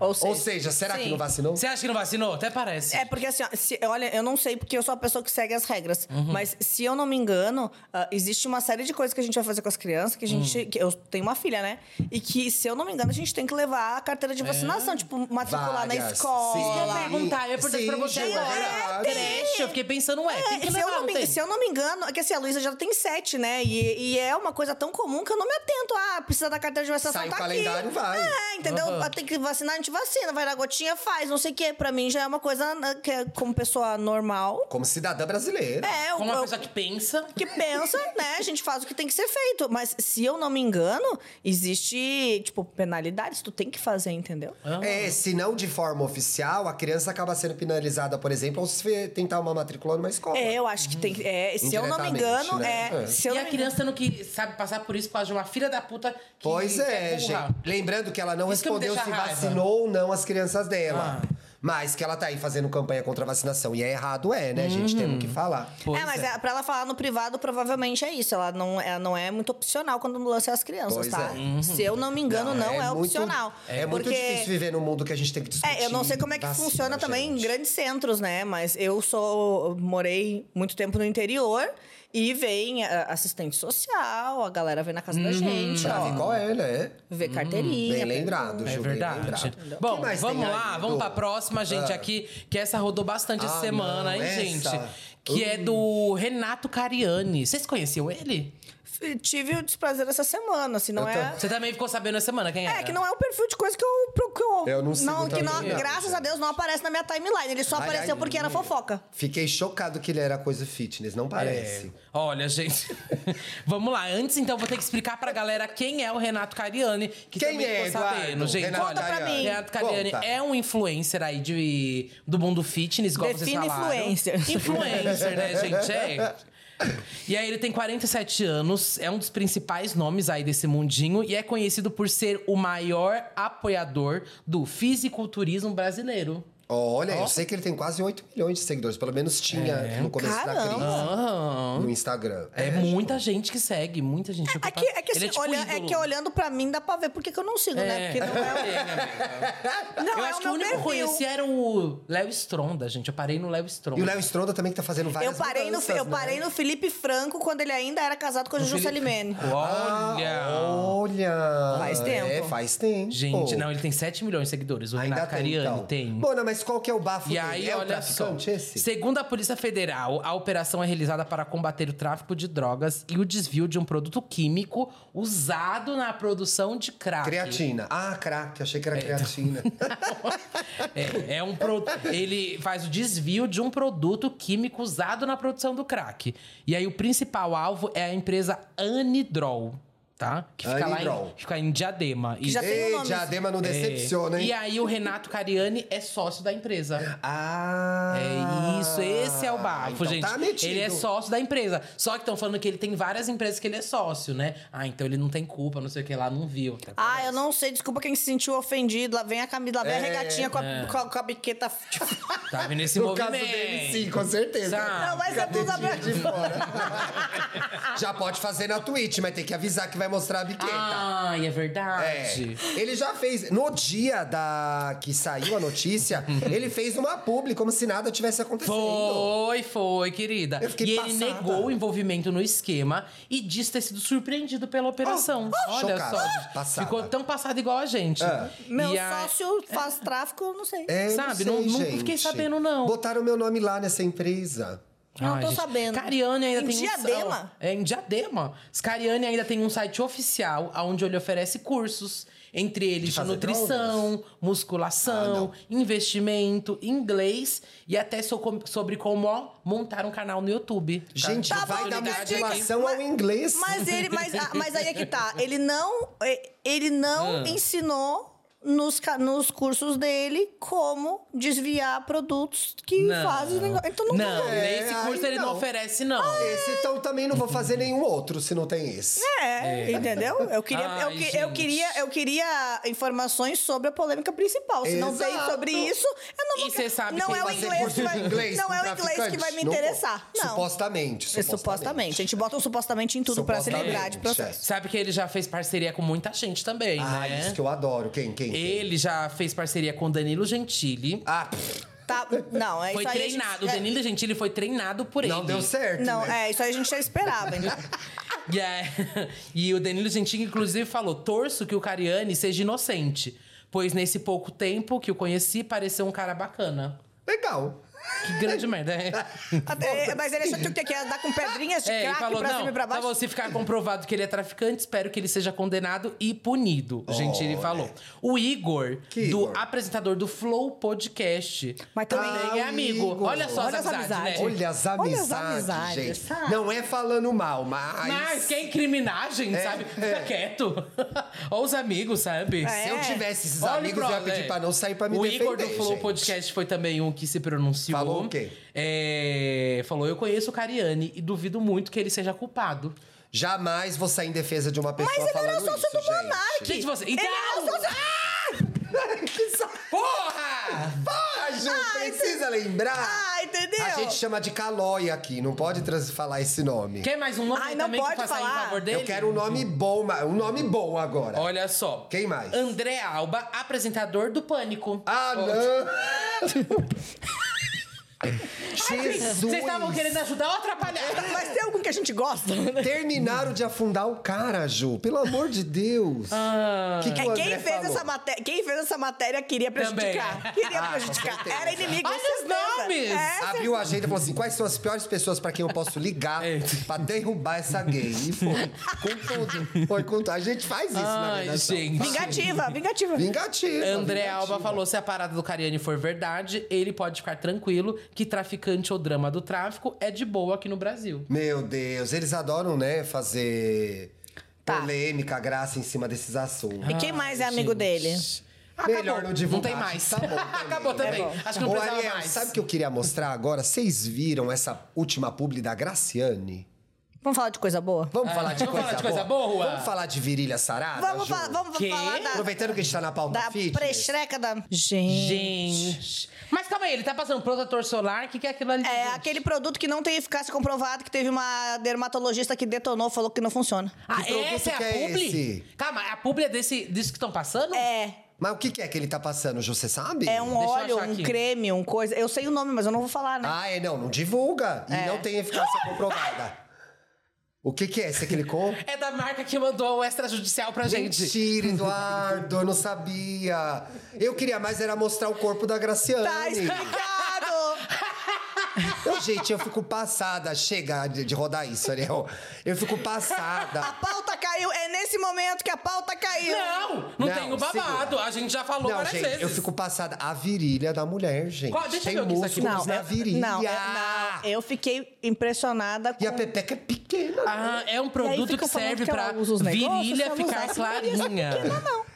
Ou Ou seja, será que Sim. não vacinou? Você acha que não vacinou? Até parece. É, porque assim, ó, se- olha, eu não sei porque eu sou a pessoa que segue as regras. Mas se eu não me engano, ah, existe uma série de coisas que a gente vai fazer com as crianças, que a gente. que eu tenho uma filha, né? E que, se eu não me engano, a gente tem que levar a carteira de vacinação, tipo, matricular na Várias. escola. Sim. perguntar, eu ia perguntar pra você Sim, Ju, é agora. verdade. Creche, eu fiquei pensando, ué, tem É, que É, Se eu, levar, não não me, tem? se eu não me engano, é que assim, a Luísa já tem sete, né? E, e é uma coisa tão comum que eu não me atento. Ah, precisa da carteira de vacinação, Sai o tá calendário, aqui. vai. É, entendeu? Aham. Tem que vacinar, a gente vacina. Vai na gotinha, faz. Não sei o quê. Pra mim já é uma coisa né, que, é como pessoa normal, Como cidadã brasileira. É, eu, Como uma eu- pessoa que pensa... que pensa, né? A gente faz o que tem que ser feito. Mas se eu não me engano, existe, tipo, penalidades. Tu tem que fazer, entendeu? É, se não de forma oficial, a criança acaba sendo penalizada, por exemplo, ao se fe- tentar uma matrícula numa escola. É, eu acho que tem que. É, se eu não me engano, Indiretamente, né? é. É. Se eu e não a me criança tendo que, sabe, passar por isso por causa de uma filha da puta que Pois quer é, empurrar. gente. Lembrando que ela não Isso que me respondeu se deixa raiva. vacinou ou não as crianças dela. Ah. Mas que ela tá aí fazendo campanha contra a vacinação. E é errado, é, né, gente? Temos que falar. Pois é, mas é. é, pra ela falar no privado, provavelmente é isso. Ela não, ela não é muito opcional quando o lance é as crianças, Pois tá? é. Uhum. Se eu não me engano, não, é, muito- opcional. É muito difícil viver num mundo que a gente tem que discutir. É, eu não sei como é que vacina, funciona também em gente. grandes centros, né? Mas eu sou morei muito tempo no interior e vem a- assistente social, a galera vem na casa Uhum. da gente, Pra ver ó, qual é, né? vê carteirinha. Bem lembrado, Ju, É bem verdade. lembrado. O que Bom, mais vamos tem lá, aí, vamos Edu? pra próxima, gente, Ah. aqui, que essa rodou bastante essa Ah, semana, não, hein, essa? gente? Que é do Renato Cariani. Vocês conheciam ele? F- Tive o desprazer essa semana, se não Eu tô- é. Você também ficou sabendo essa semana quem era? É, que não é o perfil de coisa que eu. pro- Que eu, É, Eu não sigo que não, também, não, Graças já. a Deus não aparece na minha timeline. Ele só Ai, apareceu ai, porque era fofoca. Fiquei chocado que ele era coisa fitness, não parece. É, Olha, gente. Vamos lá. Antes, então, vou ter que explicar pra galera quem é o Renato Cariani, que Quem também é, ficou Eduardo? sabendo, gente. Renato Conta pra Cariani. mim. Renato Cariani Conta. é um influencer aí de, do mundo fitness, igual Defina vocês falaram. influencer. Influencer, né, gente? É. E aí ele tem 47 anos, é um dos principais nomes aí desse mundinho e é conhecido por ser o maior apoiador do fisiculturismo brasileiro. Olha, eu sei que ele tem quase 8 milhões de seguidores. Pelo menos tinha no começo da Caramba. É. Aham. crise. No Instagram. É tipo muita gente que segue, muita gente. É que, é que, Ele assim, tipo olha- é ídolo. que olhando pra mim dá pra ver por que que eu não sigo, né? Porque não é. Tem, amiga. o- Não eu é acho o que o meu único assim que eu perfil. conheci era o Léo Stronda, gente. Eu parei no Léo Stronda. E o Léo Stronda também que tá fazendo Eu várias parei, no, mudanças, eu né? parei no Felipe Franco quando ele ainda era casado com a Juju Salimene. Olha! Ah, Olha! Faz tempo. É, faz tempo. Gente, não, ele tem 7 milhões de seguidores. O Ainda Renato tem, Cariani então. tem. Bona, mas qual que é o bafo E dele? aí, é o olha só. traficante esse? Segundo a Polícia Federal, a operação é realizada para combater o tráfico de drogas e o desvio de um produto químico usado na produção de crack. Creatina. Ah, crack. Achei que era creatina. É, é um pro... Ele faz o desvio de um produto químico usado na produção do crack. E aí o principal alvo é a empresa Anidrol, tá? Que fica lá Anidrol. em, fica em Diadema. E, já tem um Ei, nome. diadema não é, decepciona, hein? e aí o Renato Cariani é sócio da empresa. Ah! É isso, esse é o bafo, então gente. Tá metido. ele é sócio da empresa. Só que estão falando que ele tem várias empresas que ele é sócio, né? Ah, então ele não tem culpa, não sei o que lá, não viu. Ah, eu não sei. Desculpa quem se sentiu ofendido. Lá vem a camisa, lá vem a É, regatinha com a, com a, com a biqueta. Tá vendo esse No movimento? caso dele, sim, com certeza. Sabe? Não, mas é tudo Cadê aberto. de fora? Já pode fazer na Twitch, mas tem que avisar que vai mostrar a biqueta. Ah, Ai, é É. verdade. Ele já fez. No dia da que saiu a notícia, ele fez uma publi como se nada tivesse acontecendo. Foi, foi, querida. Eu fiquei e ele passada. negou o envolvimento no esquema e disse ter sido surpreendido pela operação. Ah, ah, Olha chocada, só, gente. passada. ficou tão passado igual a gente. É. Meu E a- sócio faz tráfico, eu não sei. É, eu Sabe, não, não- sei, não fiquei gente. sabendo, não. Botaram meu nome lá nessa empresa. Eu não Ai, tô gente. sabendo. Cariani ainda Em tem Diadema? Um, é, em Diadema. Scariani ainda tem um site oficial onde ele oferece cursos, entre eles de fazer Ah, nutrição, musculação, investimento, inglês e até so- com- sobre como montar um canal no YouTube. Gente, Tá vai bom, da Dick, musculação mas- ao inglês. Mas ele, mas, ah, mas aí é que tá. Ele não, eh, ele não Ah. ensinou nos, ca- nos cursos dele como desviar produtos que fazem negócio. Então não, Não, né? é. nesse aí curso ele não, não. oferece, não. Esse, então, também não vou fazer nenhum outro se não tem esse. É, entendeu? Eu queria, eu, É. Ai, que- eu gente. queria, eu queria informações sobre a polêmica principal. Se não tem Exato. sobre isso, eu não vou. E cê sabe não que é o vai Fazer inglês curso que de vai, inglês não com é o inglês que vai me traficante? Não vou. interessar. Não. Supostamente, É, Supostamente. A gente bota um supostamente em tudo pra se livrar Supostamente, de é. processo. Sabe que ele já fez parceria com muita gente também, Ah, né? isso que eu adoro. Quem, quem? quem? Ele já fez parceria com Danilo Gentili. Ah, pff, Tá, não, é Foi isso aí. a gente- treinado. O é, Danilo Gentili foi treinado por ele. não deu certo, Não, né? é, isso aí a gente já esperava, então. E, é- e o Danilo Gentili, inclusive, falou: torço que o Cariani seja inocente. Pois nesse pouco tempo que o conheci, pareceu um cara bacana. é. Legal. Que grande merda, é? Até- mas ele achou que o que que ia dar com pedrinhas de É, ele craque falou, pra não, cima e tá pra pra baixo. você ficar comprovado que ele é traficante, espero que ele seja condenado e punido. Gente, ele Olha. falou. O Igor, Que do Igor? apresentador do Flow Podcast, Mas também- é Ah, o amigo. Igor. Olha só Olha as as amizades, amizades. né? Olha as Olha amizades, as amizades, gente. sabe? Não é falando mal, mas... Mas quem incriminar, gente, sabe? Fica quieto. Olha os amigos, sabe? É. Se eu tivesse esses Olha o amigos, eu ia Brolé. pedir pra não sair pra me O defender, Igor do Flow gente. Podcast foi também um que se pronunciou. Falou o quê? É, falou, eu conheço o Cariani e duvido muito que ele seja culpado. Jamais vou sair em defesa de uma pessoa Mas ele falando era sócio isso, do gente. Monark. Gente, você... Ele é um Então... era sócio... que sa- Porra! Ah, Ju, precisa lembrar. Ah, entendeu? A gente chama de Calói aqui, não pode trans- falar esse nome. Quer mais um nome Ai, não também pode que faça em falar. favor é dele? Eu quero um nome bom, ma- um nome bom agora. Olha só. Quem mais? André Alba, apresentador do Pânico. Ah, não! Jesus! Vocês estavam querendo ajudar ou atrapalhar? Mas tem algum que a gente gosta? né? Terminaram de afundar o cara, Ju. Pelo amor de Deus. Ah. Que que o É, Quem André fez, falou? essa matéria, quem fez essa matéria queria prejudicar. Também. Queria Ah, com prejudicar. certeza. Era inimigo, Olha com os certeza. nomes. É, Abriu a agenda e falou assim: quais são as piores pessoas pra quem eu posso ligar É. pra derrubar essa gay? E foi. Com tudo. Foi com tudo. A gente faz isso, na Ai, verdade. tá? gente. Vingativa, vingativa. Vingativa. André vingativa. Alba falou: se a parada do Cariani for verdade, ele pode ficar tranquilo que traficante ou drama do tráfico é de boa aqui no Brasil. Meu Deus, eles adoram, né, fazer Tá. polêmica, graça em cima desses assuntos. E quem mais é amigo Gente. dele? Ah, Acabou. Melhor não Não divulgar. tem mais. Tá bom também, Acabou né? também. É bom. Acho que não Ô, precisava Ariel, mais. sabe o que eu queria mostrar agora? Vocês viram essa última publi da Graciane? Vamos falar de coisa boa? Vamos Ah, falar de vamos coisa, falar de coisa boa? Vamos falar de virilha sarada? Vamos, Ju? fa- vamos Quê? falar da, Aproveitando que a gente tá na pauta da fitness. prestreca da... Gente... Gente. Mas calma aí, ele tá passando protetor solar, o que, que é aquilo ali? É gente? aquele produto que não tem eficácia comprovada, que teve uma dermatologista que detonou, falou que não funciona. Ah, Que produto essa é a que é publi? esse? Calma, a publi é desse, disso que estão passando? É, Mas o que que é que ele tá passando, Ju? Você sabe? é um Deixa eu óleo, achar um aqui. creme, um coisa. Eu sei o nome, mas eu não vou falar, né? Ah, é, não, não divulga. E É. não tem eficácia comprovada. O que que é? Você clicou? É da marca que mandou o extrajudicial pra gente. Mentira, Eduardo, eu não sabia. Eu queria mais era mostrar o corpo da Tá Graciane. explicado! Ô, Gente, eu fico passada. Chega de de rodar isso, Ariel. Eu fico A passada. pauta caiu, é nesse momento que a pauta caiu. Não, não, Não, tem o babado. segura. A gente já falou Não, várias gente, vezes. eu fico passada. A virilha da mulher, gente. Qual? Deixa eu Tem ver o que isso aqui- músculos Não, Tipo, é- na eu- virilha. Não, eu, não, eu fiquei impressionada com. E a pepeca é pequena. Ah, é um E aí produto fica que falando serve que ela pra usa os negócios, virilha ela não ficar usa essa clarinha.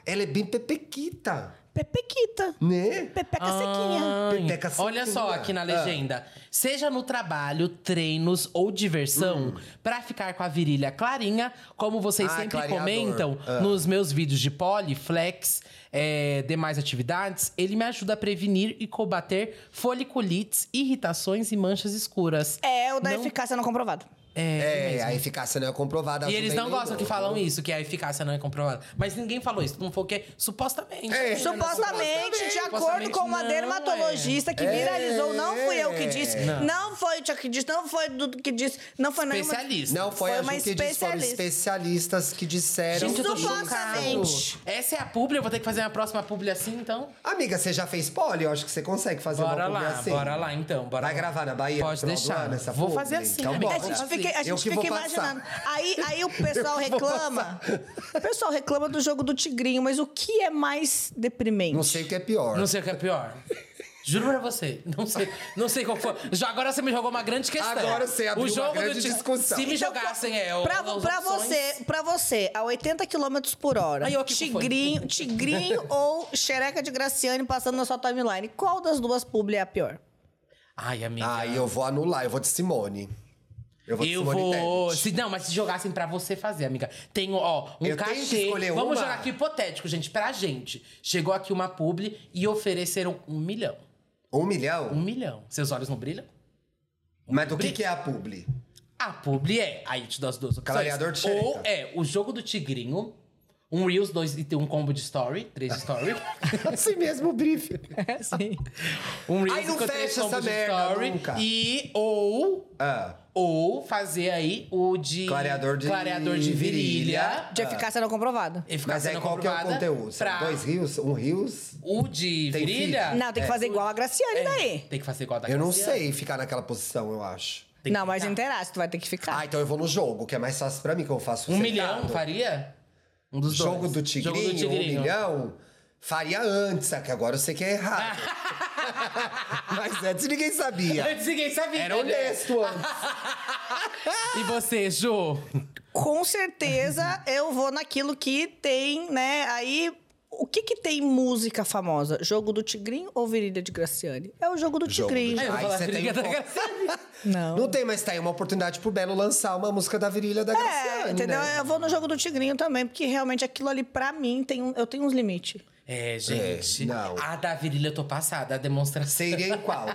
Ela é bem pepequita, Pepequita. né? Ah. Pepeca sequinha. Ai, Pepeca Olha só sequinha. aqui na Ah. legenda. Seja no trabalho, treinos ou diversão, pra ficar com a virilha clarinha, como vocês Hum. Ah, sempre clareador. comentam Ah. nos meus vídeos de poli, flex, é, demais atividades, ele me ajuda a prevenir e combater foliculites, irritações e manchas escuras. É o da Tá Não- eficácia não comprovada. É, É, mesmo. a eficácia não é comprovada. E ajuda eles em não gostam nenhum. que falam isso, que a eficácia não é comprovada. Mas ninguém falou isso. Não foi o quê? Supostamente. É. Supostamente, de acordo Supostamente com uma não, é. dermatologista que é. viralizou, não fui eu que disse, Não. não, foi o Tchau que disse, não foi o Dudu que disse, não foi nenhuma... Especialista. Não foi, Foi a uma gente que disse, foram especialista. especialistas que disseram. Gente, eu tô Supostamente. chocado. Essa é a publi, eu vou ter que fazer uma próxima publi assim, então. Amiga, você já fez poli? Eu acho que você consegue fazer Bora uma publi lá, assim. bora lá então. Bora Vai lá. gravar na Bahia? no Pode final do deixar. ano, essa Vou publi? fazer assim, Então, amiga. A bora. gente Assim. fica, a Eu gente que vou fica passar. imaginando. Aí, aí o pessoal reclama. O pessoal reclama do jogo do Tigrinho, mas o que é mais deprimente? Não sei o que é pior. Não sei o que é pior. Juro pra você. Não sei, não sei qual foi. Já agora você me jogou uma grande questão. Agora você abriu O uma jogo do grande Tig- discussão. Se me Então, jogassem, é. o- Pra, as pra opções- você, pra você, a 80 km por hora, Aí, ó, que tigrinho, tigrinho ou xereca de Graciane passando na sua timeline, qual das duas publi é a pior? Ai, amiga. Ah, eu vou anular, eu vou de Simone. Eu vou de Eu Simone vou. Tebet. Se, não, mas se jogassem pra você fazer, amiga. Tenho, ó, um Eu tenho que cachê. escolher uma? Vamos jogar aqui hipotético, gente. Pra gente. Chegou aqui uma publi e ofereceram um milhão. Um milhão? Um milhão. Seus olhos não brilham? Mas do que, que é a publi? A publi é. Aí te dou as duas opções. Cavaleador de xereca. Ou é o jogo do tigrinho, um Reels, dois e tem um combo de story, três de story. Assim mesmo, o brief. um Reels Ai, não com três fecha essa combos de merda story. nunca. E ou. Ah, Ou fazer aí o de. Clareador de- clareador de virilha. virilha. Ah. De eficácia não comprovada. mas Eficácia aí não qual que é o comprovada conteúdo? São pra- Dois rios? Um rios? O de Tem virilha? Não, tem que fazer igual a Graciane É, daí. Tem que fazer igual a da Eu não Graciane. sei ficar naquela posição, eu acho. Tem que não, mas ficar. interage, tu vai ter que ficar. Ah, então eu vou no jogo, que é mais fácil pra mim, que eu faço Tá. Um sentado. milhão faria? Um dos Jogo dois. do tigrinho, Jogo do um milhão, faria antes, só que agora eu sei que é errado. Mas antes ninguém sabia. Antes ninguém sabia. Era né? honesto antes. E você, Jô? Com certeza eu vou naquilo que tem, né? Aí. O que que tem música famosa? Jogo do Tigrinho ou Virilha de Graciane? É o jogo do Jogo do Tigrinho. É. Aí eu vou Aí falar tá você briga tem da um ponto. Graciane. Não. Não tem, mas tá aí uma oportunidade pro Belo lançar uma música da virilha da Graciane, É, entendeu? né? Eu vou no jogo do Tigrinho também, porque realmente aquilo ali, pra mim, tem um- eu tenho uns limites. É, gente. É, não. A da virilha eu tô passada, a demonstração. Seria em qual?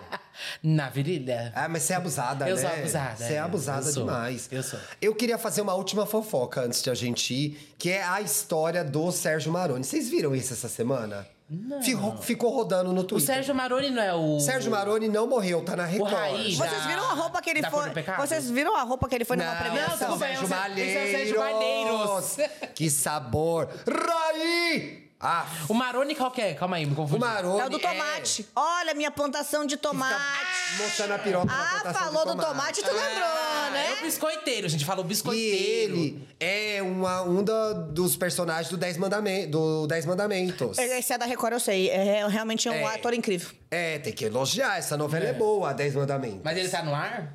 Na virilha? Ah, mas você é abusada, Eu né? sou abusada, Você é, é abusada eu sou, demais. eu sou. Eu queria fazer uma última fofoca antes de a gente ir, que é a história do Sérgio Maroni. Vocês viram isso essa semana? Não. Ficou, ficou rodando no O Twitter. Sérgio Maroni não é o... Sérgio Maroni não morreu, tá na Record. Raí, né? Vocês Da- viram a roupa que ele da cor foi. do pecado? Vocês viram a roupa que ele foi numa Não, Não, premiação? desculpa, é o Sérgio Sérgio- esse é o Sérgio Malheiros. Que sabor. Raí! Ah, O Maroni qual que é? Calma aí, me o confundi. Maroni É o do tomate. Olha, minha plantação de tomate. Mostrando a piroca na Ah, plantação de falou do tomate. tomate, tu lembrou, É o né? biscoiteiro, gente. Fala o E biscoiteiro. ele é uma, um da- dos personagens do Dez, Mandame- do Dez Mandamentos. Esse é da Record, eu sei. É é realmente um É. ator incrível. É, tem que elogiar. Essa novela é, boa, Dez Mandamentos. Mas ele tá no ar?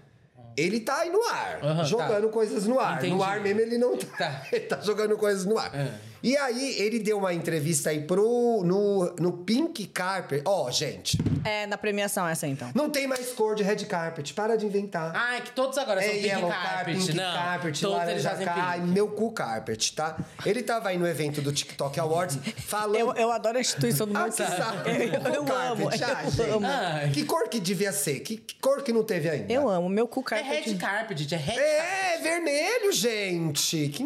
Ele tá aí no ar, Aham, jogando tá. coisas no ar. Entendi. No ar mesmo ele não tá. Tá. Ele tá jogando coisas no ar. É. E aí, ele deu uma entrevista aí pro. no, no Pink Carpet. Ó, gente, É, na premiação essa então. não tem mais cor de red carpet. Para de inventar. Ah, é que todos agora são É pink yellow carpet, carpet, pink não. carpet, todos eles laranja fazem carpet, pink. meu cu carpet, tá? Ele tava aí no evento do TikTok Awards falando... Eu, eu adoro a instituição do Ah, meu que saco. Eu, eu Cu amo. carpet, ah, Eu gente. amo. Ai. Que cor que devia ser? Que, que cor que não teve ainda? Eu amo. Meu cu É carpet. red carpet, gente. É red É, vermelho, gente! Que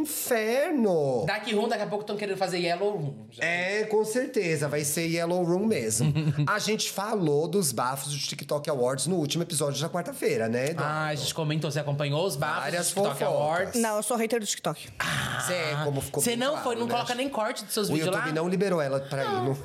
inferno! Daqui Room, daqui a pouco estão querendo fazer Yellow Room. já. É, com certeza, vai ser Yellow Room mesmo. a gente falou dos bafos do TikTok Awards no último episódio da quarta-feira, né? Eduardo? Ah, a gente comentou, você acompanhou os bafos do Várias TikTok fofocas. Awards. Não, eu sou hater do TikTok. Cê, é como ficou bem Você Ah, não claro, foi, não né? coloca nem corte dos seus O vídeos YouTube lá? não liberou ela pra ir no...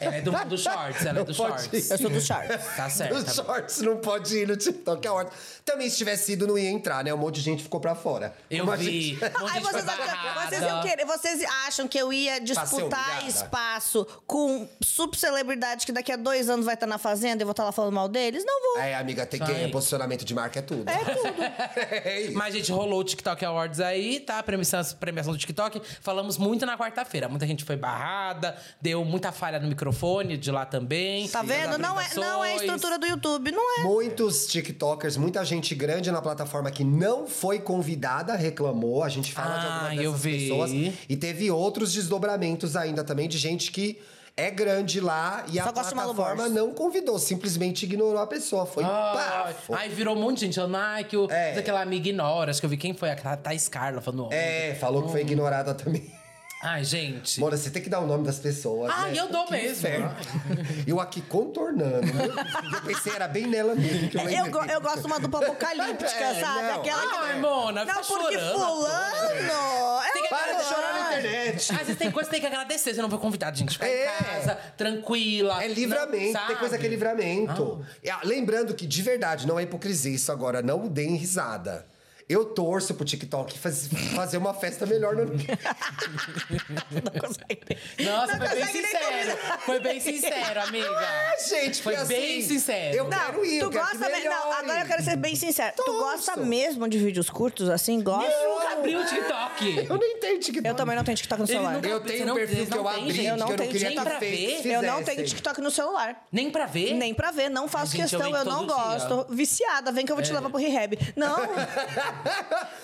Ela é do, do shorts, ela é do Não pode shorts. ir. Eu sou do Charles. Tá certo. Os tá bom. shorts não pode ir no TikTok Awards. Também, se tivesse ido, não ia entrar, né? Um monte de gente ficou pra fora. Eu Como a vi. gente- um monte Aí de gente vocês, foi acham, barrada. vocês, iam querer- vocês acham que eu ia disputar humilhada. espaço com subcelebridade que daqui a dois anos vai estar na Fazenda e eu vou estar lá falando mal deles? Não vou. É, amiga, tem Vai. que... Posicionamento de marca é tudo. É tudo. é isso. Mas, gente, rolou o TikTok Awards aí, tá? Premiação, premiação do TikTok. Falamos muito na quarta-feira. Muita gente foi barrada, deu muita falha no microfone de lá também. Tá vendo? Nas Não é, não é a apresentações. estrutura do YouTube, não é. Muitos TikTokers, muita gente grande na plataforma que não foi convidada reclamou. A gente fala de Ah, algumas eu dessas vi. pessoas. E teve outros desdobramentos ainda também de gente que é grande lá e Só a gosto de Malu plataforma Borges. não convidou, simplesmente ignorou a pessoa. Foi pá, Ah, Ai, foi aí virou um monte de gente falando, ai, que o, É. aquela amiga ignora. Acho que eu vi quem foi, a Thais Carla falando. É, falou que foi ignorada também. Ai, gente. Mora, você tem que dar o nome das pessoas. Ah, né? eu dou mesmo. inferno. Eu aqui contornando. meu Deus. Eu pensei, era bem nela mesmo. Que eu, Eu, lembrei. go- eu gosto de uma dupla apocalíptica, É, sabe? não. Aquela que. Ai, Mona, não, fica porque chorando. fulano! é Fica- Para de fulano. chorar né, na internet. Às vezes tem coisa que tem que agradecer, você não foi convidado, gente. Fica É. em casa, tranquila. É livramento, não- tem coisa que é sabe? livramento. É, ah, lembrando que, de verdade, não é hipocrisia isso agora, não deem risada. Eu torço pro TikTok faz- fazer uma festa melhor no ano que Nossa, Não foi bem consegue nem sincero. Foi bem sincero, amiga. gente, Foi que bem assim, sincero. Eu quero ir, eu tu quero gosta que me- Não, melhore. agora eu quero ser bem sincero. Tu Torço. gosta mesmo de vídeos curtos assim? Gosta? Ele nunca abriu o TikTok. Eu nem tenho TikTok. Eu também não tenho TikTok no Ele celular. nunca- Eu Você tenho não- um perfil vocês que eu não têm, abri, que gente? Eu eu não não tenho queria dinheiro que pra ver. fez, Eu não tenho fizessem. TikTok no celular. Nem pra ver. Nem pra ver, não faço gente, eu questão, entro eu não todo dia. gosto. Viciada, vem que eu É. vou te levar pro rehab. Não,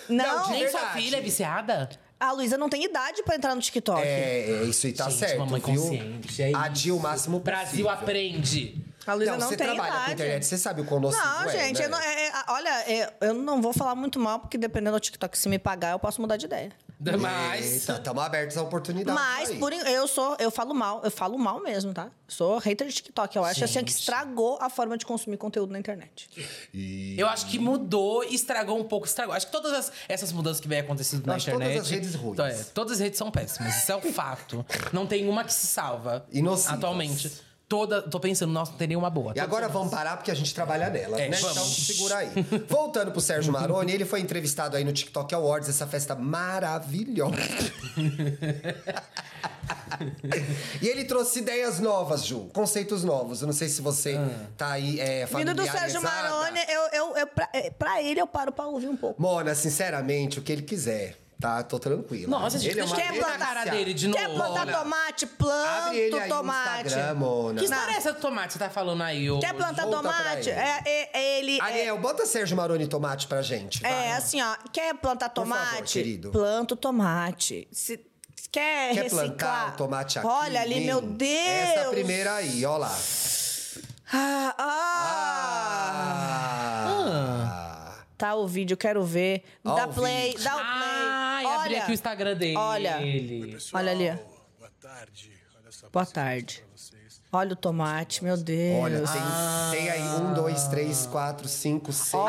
Não, de Nem sua verdade. filha é viciada. a Luísa não tem idade pra entrar no TikTok. É, é, isso aí tá Gente, certo, mamãe viu? consciente, é Adia o máximo Brasil possível. aprende. A Luísa Não, não, você tem trabalha idade. com internet, você sabe o quão nocivo Não, é, gente, né? eu não- é- é- a- olha, é, eu não vou falar muito mal, porque dependendo do TikTok, se me pagar, eu posso mudar de ideia. Mas. Estamos É, tá, abertos a oportunidades. Mas, aí. por, en- eu sou, eu falo mal, eu falo mal mesmo, tá? Sou hater de TikTok, eu acho assim que Gente. estragou a forma de consumir conteúdo na internet. Eu acho que mudou, estragou um pouco, estragou. Acho que todas as- essas mudanças que vem acontecido na acho internet. todas as redes ruins. Então, é, todas as redes são péssimas, isso é um fato. Não tem uma que se salva. E nocivas. Atualmente. Toda. Tô pensando, nossa, não tem nenhuma boa. E agora vamos parar porque a gente trabalha nela, É, né? vamos. Então segura aí. Voltando pro Sérgio Maroni, ele foi entrevistado aí no TikTok Awards, essa festa maravilhosa. e ele trouxe ideias novas, Ju, conceitos novos. Eu não sei se você Ah. tá aí é, Vindo do Sérgio familiarizada. Maroni, eu, eu, eu, pra, é, pra ele eu paro pra ouvir um pouco. Mona, sinceramente, o que ele quiser, tá? Tô tranquila. Nossa, gente, ele é uma quer deixa eu ver a cara delícia. dele de novo. Quer plantar tomate? Planto Abre ele aí no tomate. Instagram, Mona. Que história é essa do tomate que você tá falando aí? ô? Quer plantar Volta pra tomate? ele. É, é- é ele. é- Ah, Ariel, bota Sérgio Maroni tomate pra gente. vai. É, assim, ó. Quer plantar Por favor, tomate? querido. planta o tomate. Se, se quer, Quer é reciclar. plantar o tomate aqui? Olha ali, hein? meu Deus. Essa primeira aí, ó lá. Ah, ah. Ah! Tá o vídeo, quero ver. Ó dá o play, vídeo. dá o play. Ai, olha. abri aqui o Instagram dele. Olha. Olha ali, ó. Boa tarde. Olha só Boa pra vocês, tarde. pra vocês. Olha o tomate, meu Deus. Olha, tem, Ah! tem aí um, dois, três, quatro, cinco, seis.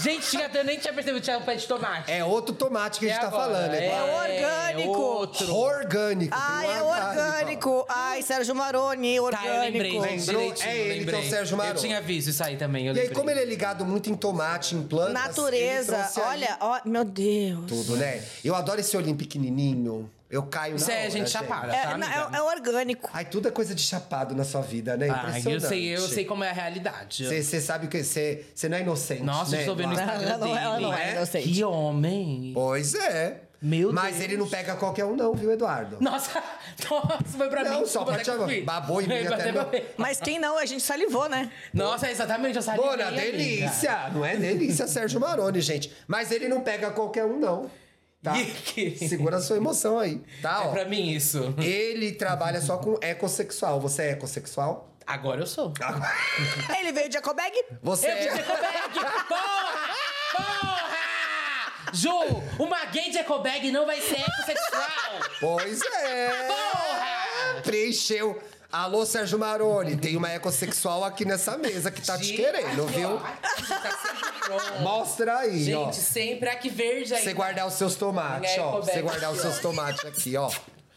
Gente, tinha- eu nem tinha percebido que tinha um pé de tomate. É outro tomate que a É gente tá agora, falando. É, É orgânico. outro. orgânico. Ai, tem um é orgânico, ó. orgânico. Ai, Sérgio Maroni, Tá, orgânico. eu lembrei. Lembrou? direitinho, É ele que é o lembrei. Sérgio Maroni. Eu tinha visto isso aí também, eu E aí, lembrei. como ele é ligado muito em tomate, em plantas... Natureza. ele trouxe aí Olha, ó, meu Deus. Tudo, né? Eu adoro esse olhinho pequenininho. Eu caio Isso na é hora, gente chapada, É, tá, não, amiga? é- é orgânico. Ai, tudo é coisa de chapado na sua vida, né? Ah, Impressionante. eu sei, eu sei como é a realidade. Você sabe que você não é inocente, Nossa, né? eu estou vendo o Eduardo? Instagram Ela não- ela dele. né? não é inocente. Que homem. Pois é. Meu Mas Deus. ele não pega qualquer um, não, viu, Eduardo? Nossa, nossa, foi pra Não, mim. só desculpa, pra até te- que eu fui. babou em mim Eu até meu- babei. Mas quem não? A gente salivou, né? Nossa, é exatamente, eu sabia. Mona, delícia! Não é delícia, Sérgio Maroni, gente. Mas ele não pega qualquer um, não. Tá? E que- Segura a sua emoção aí, tá? É ó. pra mim isso. Ele trabalha só com ecossexual. Você é ecossexual? Agora eu sou. Ele veio de Jacobag? Você Eu de é... ecobag! Porra! Porra! Ju, uma gay de ecobag não vai ser ecossexual! Pois é! Preencheu. Alô, Sérgio Maroni, tem uma ecossexual aqui nessa mesa que tá te Gente, querendo, aqui, viu? ó, aqui, tá sempre pronto. Mostra aí, ó. Gente, sempre aqui verde aí. Você guardar os seus tomates, Ganhar ó. ecobag Você guardar os aqui, ó. seus tomates aqui, ó.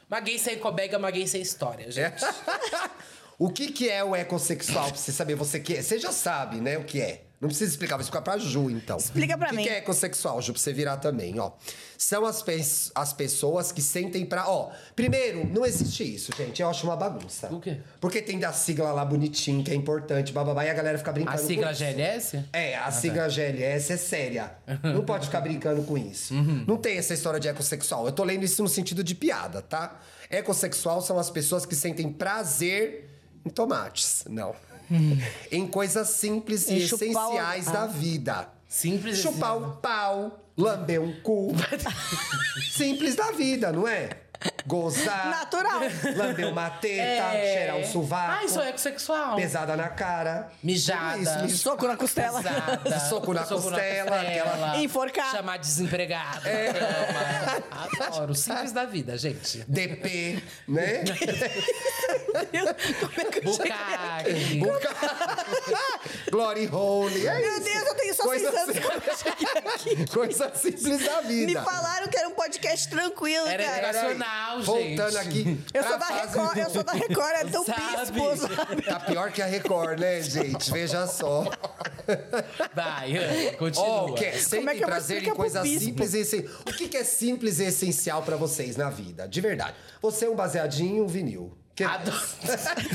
Uma gay sem ecobag é uma gay sem história, gente. É. o que, que é o ecossexual? Pra você saber, você que Você já sabe, né, o que é. Não precisa explicar, vou explicar pra Ju, então. Explica pra o que mim. O que é ecossexual, Ju, pra você virar também, ó. São as, pes- as pessoas que sentem pra... Ó, primeiro, não existe isso, gente. Eu acho uma bagunça. O quê? Porque tem da sigla lá bonitinho, que é importante, bababá, e a galera fica brincando A com sigla isso. GLS? É, a sigla GLS é séria. Não pode ficar brincando com isso. Não tem essa história de ecossexual. Eu tô lendo isso no sentido de piada, tá? Ecossexual são as pessoas que sentem prazer em tomates. Não. em coisas simples e Em chupar o- Ah. essenciais da vida. Simples Chupar assim. um pau, lamber um cu. simples da vida, não é? gozar. Natural. Lamber uma teta, É. cheirar um sovaco. Ah, isso é sexual. Pesada na cara. Mijada. Tudo Isso, isso. Soco na costela. Pesada. Soco na costela, aquela- É. Enforcar. Chamar desempregado. Ama. Adoro. Simples da vida, gente. DP, né? Bucaque. Glory Hole. É Meu isso. Deus, eu tenho só Coisa seis anos assim. que eu cheguei aqui. Coisa simples da vida. Me falaram que era um podcast tranquilo, Era cara. educação. Peraí, Nacional, Voltando gente. aqui. Eu pra sou, da fase- Record, eu sou da Record, é tão Sabe? pispo, sabe? Tá pior que a Record, né, gente? Veja só. Vai, Ana, continua. Ó, o que é Como é sempre que eu vou prazer em explicar pro coisas bispo? simples e essen- O que, que é simples e essencial pra vocês na vida? De verdade. Você é um baseadinho e um vinil. Que Adoro.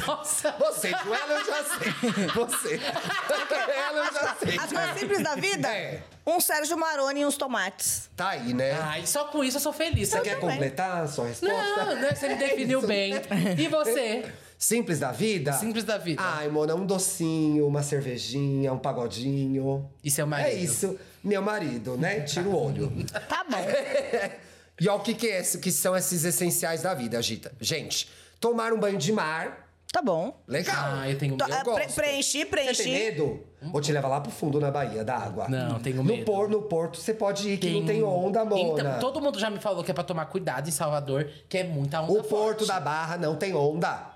Nossa. Você, com ela eu já sei. Você. Com ela eu já sei. As coisas simples da vida? É. Um Sérgio Maroni e uns tomates. Tá aí, né? Ai, só com isso eu sou feliz. Você Eu quer também. completar a sua resposta? É Não, né, você me definiu bem. E você? Simples da vida? Simples da vida. Ai, Mona, um docinho, uma cervejinha, um pagodinho. E seu marido? É isso. Meu marido, né? Tira o olho. Tá bom. E ó, o que, que, é, esse- que são esses essenciais da vida, Gita? Gente, tomar um banho de mar, Tá bom. legal. Ah, eu tenho Tô- medo. ah, pre- gosto. preenchi, Você tem preenchi. medo? Vou te levar lá pro fundo na Bahia da água. Não, tenho No, medo. por, no porto você pode ir, que não tem onda, Mona. Então, todo mundo já me falou que é pra tomar cuidado em Salvador, que é muita onda O porto forte. da Barra não tem onda.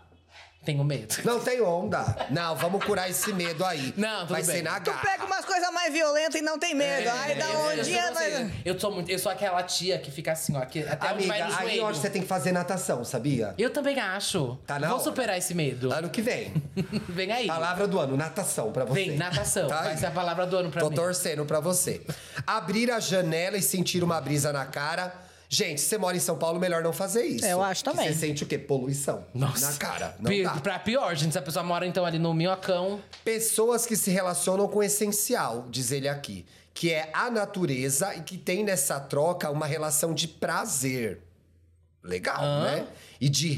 Tenho medo. Não tem onda. Não, vamos curar esse medo aí. Não, tudo Vai bem. ser na Tu garra. pega umas coisas mais violentas e não tem É, medo. Ai, dá É, eu- eu ondinha. sou vocês. mas- Eu sou muito, eu sou aquela tia que fica assim, ó, que até onde tá? vai Amiga, no aí joelho. eu acho que você tem que fazer natação, sabia? Eu também acho. Tá na Vou hora. superar esse medo. Ano que vem. Vem aí. Palavra do ano, natação pra você. Vem, natação. Tá Vai aí. ser a palavra do ano pra Tô mim. torcendo pra você. Abrir a janela e sentir uma brisa na cara. Gente, se você mora em São Paulo, melhor não fazer isso. É, Eu acho Que também. Você sente o quê? Poluição. Nossa. Na cara. Não Pi- dá. Pra pior, gente. Se a pessoa mora, então, ali no minhocão. Pessoas que se relacionam com o essencial, diz ele aqui. Que é a natureza e que tem nessa troca uma relação de prazer. Legal, né? E de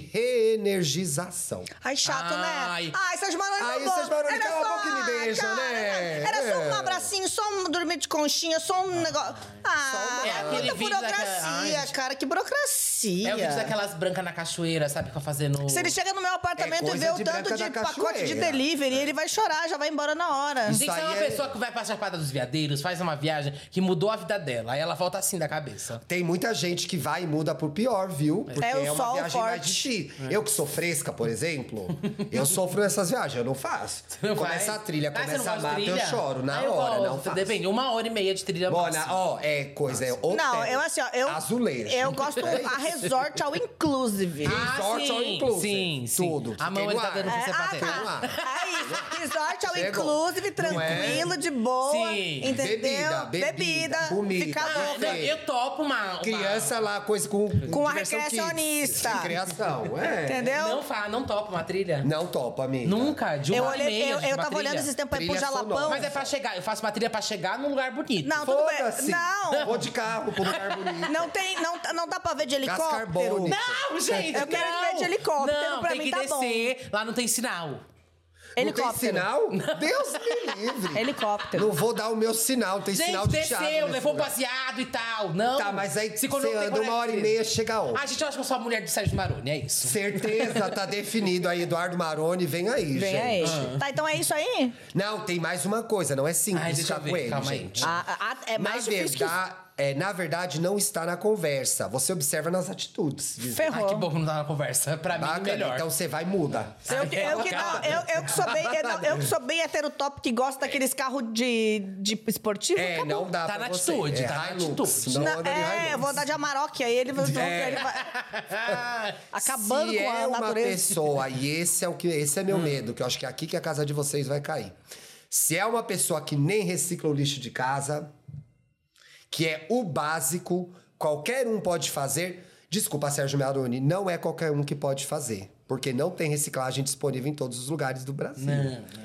reenergização. Ai, chato, Ai. né? Ai, Sérgio Maroni, Ai, meu amor, Sérgio Maroni, era cala a só- boca e me beija, cara, né? Era só um É. abracinho, só um dormir de conchinha, só um negócio. Ah, um- É é aquele muita vídeo daquela- burocracia, Ai, cara. Que É o vídeo burocracia. daquelas brancas na cachoeira, sabe? Fica fazendo... Se ele chega no meu apartamento Tipo, e é coisa vê o de tanto Branca de da pacote de Cachoeira. É. delivery, ele vai chorar, já vai embora na hora. Gente, se é uma aí é- pessoa que vai pra Chapada dos Veadeiros, faz uma viagem que mudou a vida dela. Aí ela volta assim da cabeça. Tem muita gente que vai e muda por pior, viu? Porque É o é, uma sol viagem mais forte. É. difícil. Eu que sou fresca, por exemplo, eu sofro nessas viagens, eu não faço. Não começa faz? a trilha, Ah, você começa não a gosta de mata, eu trilha? choro na Ah, eu hora, não gosto. faço. Depende, uma hora e meia de trilha Bona, máxima. ó, é coisa, é hotel, Não, eu assim, ó, eu. azulejo. É Eu gosto a resort ao inclusive. Resort all inclusive. Ah, Sim, sim. Tudo. A mão Fiquei ele no tá ar. dando pra É, você ah, bater. tá. É isso. Resort ao Chegou. inclusive, Não é? tranquilo, de boa. Sim. Entendeu? Bebida, bebida, comida, tá Fica Ah, louca. não, eu topo uma. uma- Criança lá, coisa com. Com a diversão kids. recreacionista. Recreação, é. Entendeu? Não, fa, não topo uma trilha? Não topa, amiga. Nunca, de uma Eu, hora e olhei, meia. eu, de eu uma tava trilha. olhando esses tempos aí pro Trilha sonora. é Jalapão. Mas é pra chegar, eu faço uma trilha pra chegar num lugar bonito. Não, tudo bem. Foda-se. Não, Vou de carro pro lugar bonito. não tem, não, não dá pra ver de Gás helicóptero. carbônico. Não, gente! Eu quero não. ver de helicóptero, Não, pra tem mim que tá bom. descer. Lá não tem sinal. Não tem Helicóptero. sinal? Deus me livre. Helicóptero. Não vou dar o meu sinal, tem Gente, sinal de desceu, Thiago. nesse levou um lugar. passeado e tal. Não. Tá, mas aí Se você quando eu tenho anda uma hora e meia, chega ontem. Ah, gente, eu acho que eu sou a mulher de Sérgio Maroni, é isso. Certeza, tá definido aí, Eduardo Maroni, vem aí, gente. Vem aí. Tá, então é isso aí? Não, tem mais uma coisa, não é Ai, simples deixa ficar eu ver, com ele, calma aí. gente. Ah, ah, é mais na, difícil verdade, é, na verdade, não está na conversa. Você observa nas atitudes. que... diz- Ai, que Ferrou. bom que não tá na conversa. Pra mim, Bacana, melhor. então você vai e muda. Eu, que- eu que não, eu, eu que sou bem, eu, não- eu que sou bem heterotópico que gosta daqueles carros de, de esportivo. É, acabou. não dá Tá pra na você. atitude, é, tá na Hilux, atitude. Não, Não, anda de é, Hilux. É, eu vou andar de Amarok, aí ele, vai- ele vai acabando Se com a é uma natureza. pessoa, e esse é o que esse é meu medo, que eu acho que é aqui que a casa de vocês vai cair. Se é uma pessoa que nem recicla o lixo de casa, que é o básico, qualquer um pode fazer. Desculpa, Sérgio Maroni, não é qualquer um que pode fazer. Porque não tem reciclagem disponível em todos os lugares do Brasil.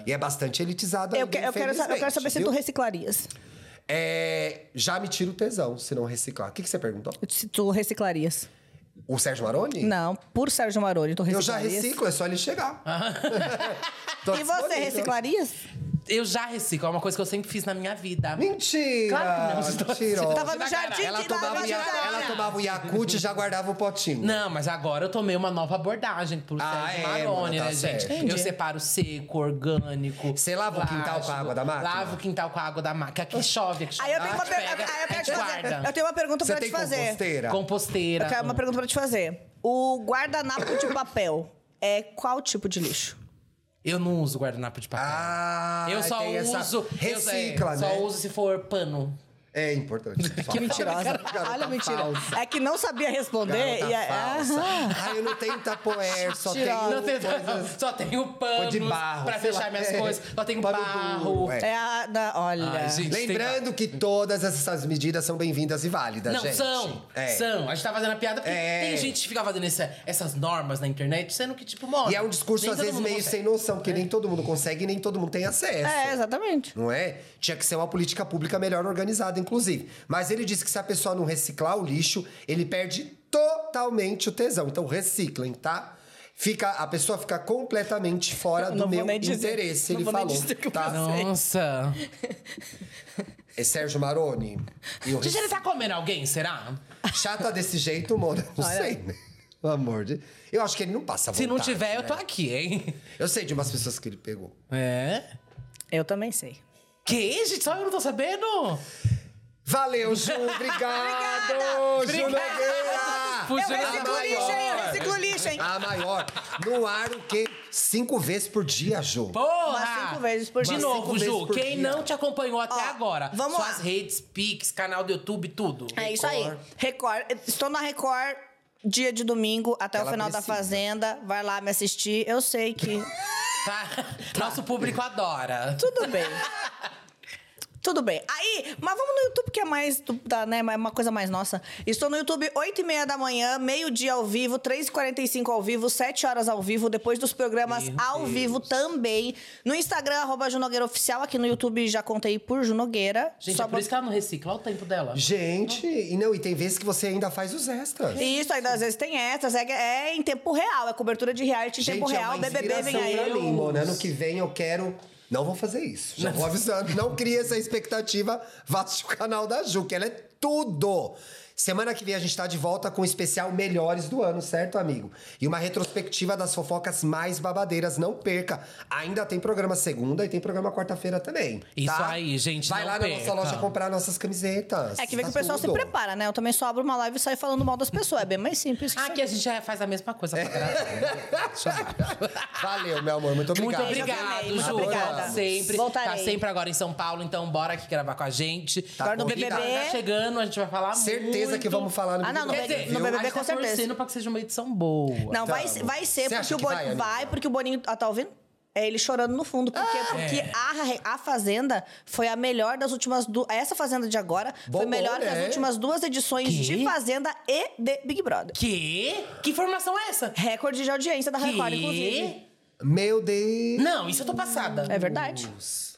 E é bastante elitizada. Eu, que- eu quero, sa- eu quero saber se tu reciclarias. É, já me tira o tesão se não reciclar. O que, que você perguntou? Se tu reciclarias. O Sérgio Maroni? Não, por Sérgio Maroni, tu tá Eu já reciclarias. Ah. reciclo, é só ele chegar. Tô E você disponível. reciclarias? Eu já reciclo, é uma coisa que eu sempre fiz na minha vida. Mentira! Claro que não. Mentirosa. Tava no Ela jardim tomava de lá, Ela no Ela, ia- jardim. ela tomava o Yakult e já guardava o potinho. Não, mas agora eu tomei uma nova abordagem pro Ah, Sérgio é, mano, Maroni, tá né, gente? certo. Eu separo seco, orgânico. Você lava o quintal plástico, com a água da máquina? Lavo o quintal com a água da máquina. Que chove, que chove. Aí eu tenho a uma gente pergunta. pega, aí eu a quero te gente fazer. guarda. Eu tenho uma pergunta Você pra te tem fazer. composteira? Composteira. Eu quero uma hum. pergunta pra te fazer. O guardanapo de papel é qual tipo de lixo? Eu não uso guardanapo de papel. Ah, eu só tem essa- uso. Recicla, eu, né? Só uso se for pano. É importante. Que mentirosa. Garota Olha a mentira. falsa. É que não sabia responder. Garota e é- falsa. Ah. Ah, eu não tenho tapoer, só tenho Mentirosa. Não tem, coisas... só tenho pano de barro, pra sei fechar lá. minhas É. coisas. Só tenho Pano barro. duro, é. É a da. Olha. Ah, Ai, gente, tem Lembrando que todas essas medidas são bem-vindas e válidas, Não, gente. são. É. São. A gente tá fazendo a piada porque É. tem gente que fica fazendo essa- essas normas na internet, sendo que, tipo, mora. E é um discurso, às vezes, meio sem noção, que nem todo mundo consegue e nem todo mundo tem acesso. É, exatamente. Não é? Tinha que ser uma política pública melhor organizada, inclusive. Mas ele disse que se a pessoa não reciclar o lixo, ele perde totalmente o tesão. Então reciclem, tá? Fica, a pessoa fica completamente fora Eu do não vou meu nem dizer. interesse, Não ele vou nem falou. dizer o que eu tá? Nossa. É Sérgio Maroni. E o Gente, ele tá comendo alguém, será? Chata desse jeito, mano, eu não sei, né? Pelo amor de... Eu acho que ele não passa Se não vontade, tiver, eu né? tô aqui, hein? Eu sei de umas pessoas que ele pegou. É? Eu também sei. Que, gente? Só eu não tô sabendo? Valeu, Ju! Obrigado! Ju Nogueira! Fui Eu jurada reciclo maior. lixo, hein? Eu reciclo lixo, hein? A maior. No ar, o quê? Cinco vezes por dia, Ju. Porra! Umas cinco vezes por De dia. novo, Umas cinco Ju, vezes por quem dia. não te acompanhou até Ó, agora? vamos suas lá. redes, Pix, canal do YouTube, tudo. É isso aí. Record. Estou na Record dia de domingo até Ela o final precisa. da Fazenda. Vai lá me assistir. Eu sei que. Tá? Nosso público adora. Tudo bem. Tudo bem. Aí, mas vamos no YouTube, que é mais, do- da, né, é uma coisa mais nossa. Estou no YouTube 8h30 da manhã, meio-dia ao vivo, 3h45 ao vivo, 7 horas ao vivo, depois dos programas Meu ao vivo também. No Instagram, arroba Junogueira Oficial, aqui no YouTube já contei por Junogueira. Gente, Só é por isso que ela não recicla. Olha o tempo dela. Gente, e não, e tem vezes que você ainda faz os extras. E isso ainda às vezes tem essas, é, é em tempo real, é cobertura de reality em Gente, tempo é Tipo, real, uma BBB vem inspiração aí. pra eu- mim, mano. Ano que vem eu quero... Não vou fazer isso. Já vou avisando. Não crie essa expectativa. Vá assistir o canal da Ju, que ela é tudo. Semana que vem a gente tá de volta com o especial Melhores do Ano, certo, amigo? E uma retrospectiva das fofocas mais babadeiras. Não perca. Ainda tem programa segunda e tem programa quarta-feira também. Isso tá? aí, gente, Vai não lá na perca. nossa loja comprar nossas camisetas. É que vê Tá que o pessoal se tudo. prepara, né? Eu também só abro uma live e saio falando mal das pessoas. É bem mais simples que isso Aqui a gente já faz a mesma coisa. É. pra Valeu, meu amor. Muito Muito obrigado. obrigado, Beijo, Ju. obrigada. Volta Sempre. Tá Voltarei. sempre agora em São Paulo, então bora aqui gravar com a gente. Agora no convidada. BBB. Tá chegando, a gente vai falar Certeza muito. que vamos falar no Ah, não, no Quer BBB, BBB, dizer, no viu? BBB a gente com tá certeza. torcendo pra que seja uma edição boa. Não, vai, Tamo. vai tá Você ser, porque acha o que Boninho. vai, Vai, amiga? porque o Boninho. Ah, tá ouvindo? É ele chorando no fundo. Por quê? É. Porque a, re- a Fazenda foi a melhor das últimas duas. Essa Fazenda de agora foi Bombou, a melhor né? das últimas duas edições Que? de Fazenda e de Big Brother. Que? Que informação é essa? Recorde de audiência da Record, inclusive. Que? Meu Deus. Não, isso eu tô passada. É verdade.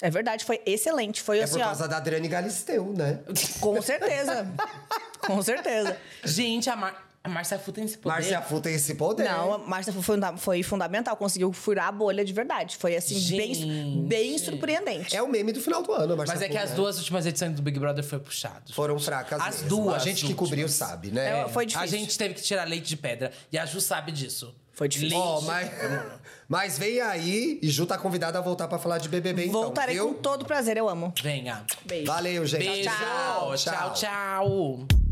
É verdade, foi excelente. Foi É assim, por ó. causa da Adriane Galisteu, né? Com certeza. com certeza. Gente, a, Mar a Márcia Fu tem esse poder. Márcia Fu tem esse poder. Não, a Márcia foi, funda- foi fundamental, conseguiu furar a bolha de verdade. Foi assim, bem, bem surpreendente. É o meme do final do ano, Márcia Mas é Fu, que as né? duas últimas edições do Big Brother foi puxado. Foram fracas As mesmo. duas A gente que últimas. cobriu sabe, né? É, foi difícil. A gente teve que tirar leite de pedra. E a Ju sabe disso. Foi difícil. Leite. Ó, mas, mas vem aí e Ju tá convidada a voltar pra falar de BBB então, Voltarei viu? com todo prazer, eu amo. Venha. Beijo. Valeu, gente. Beijo. Tchau, tchau. tchau.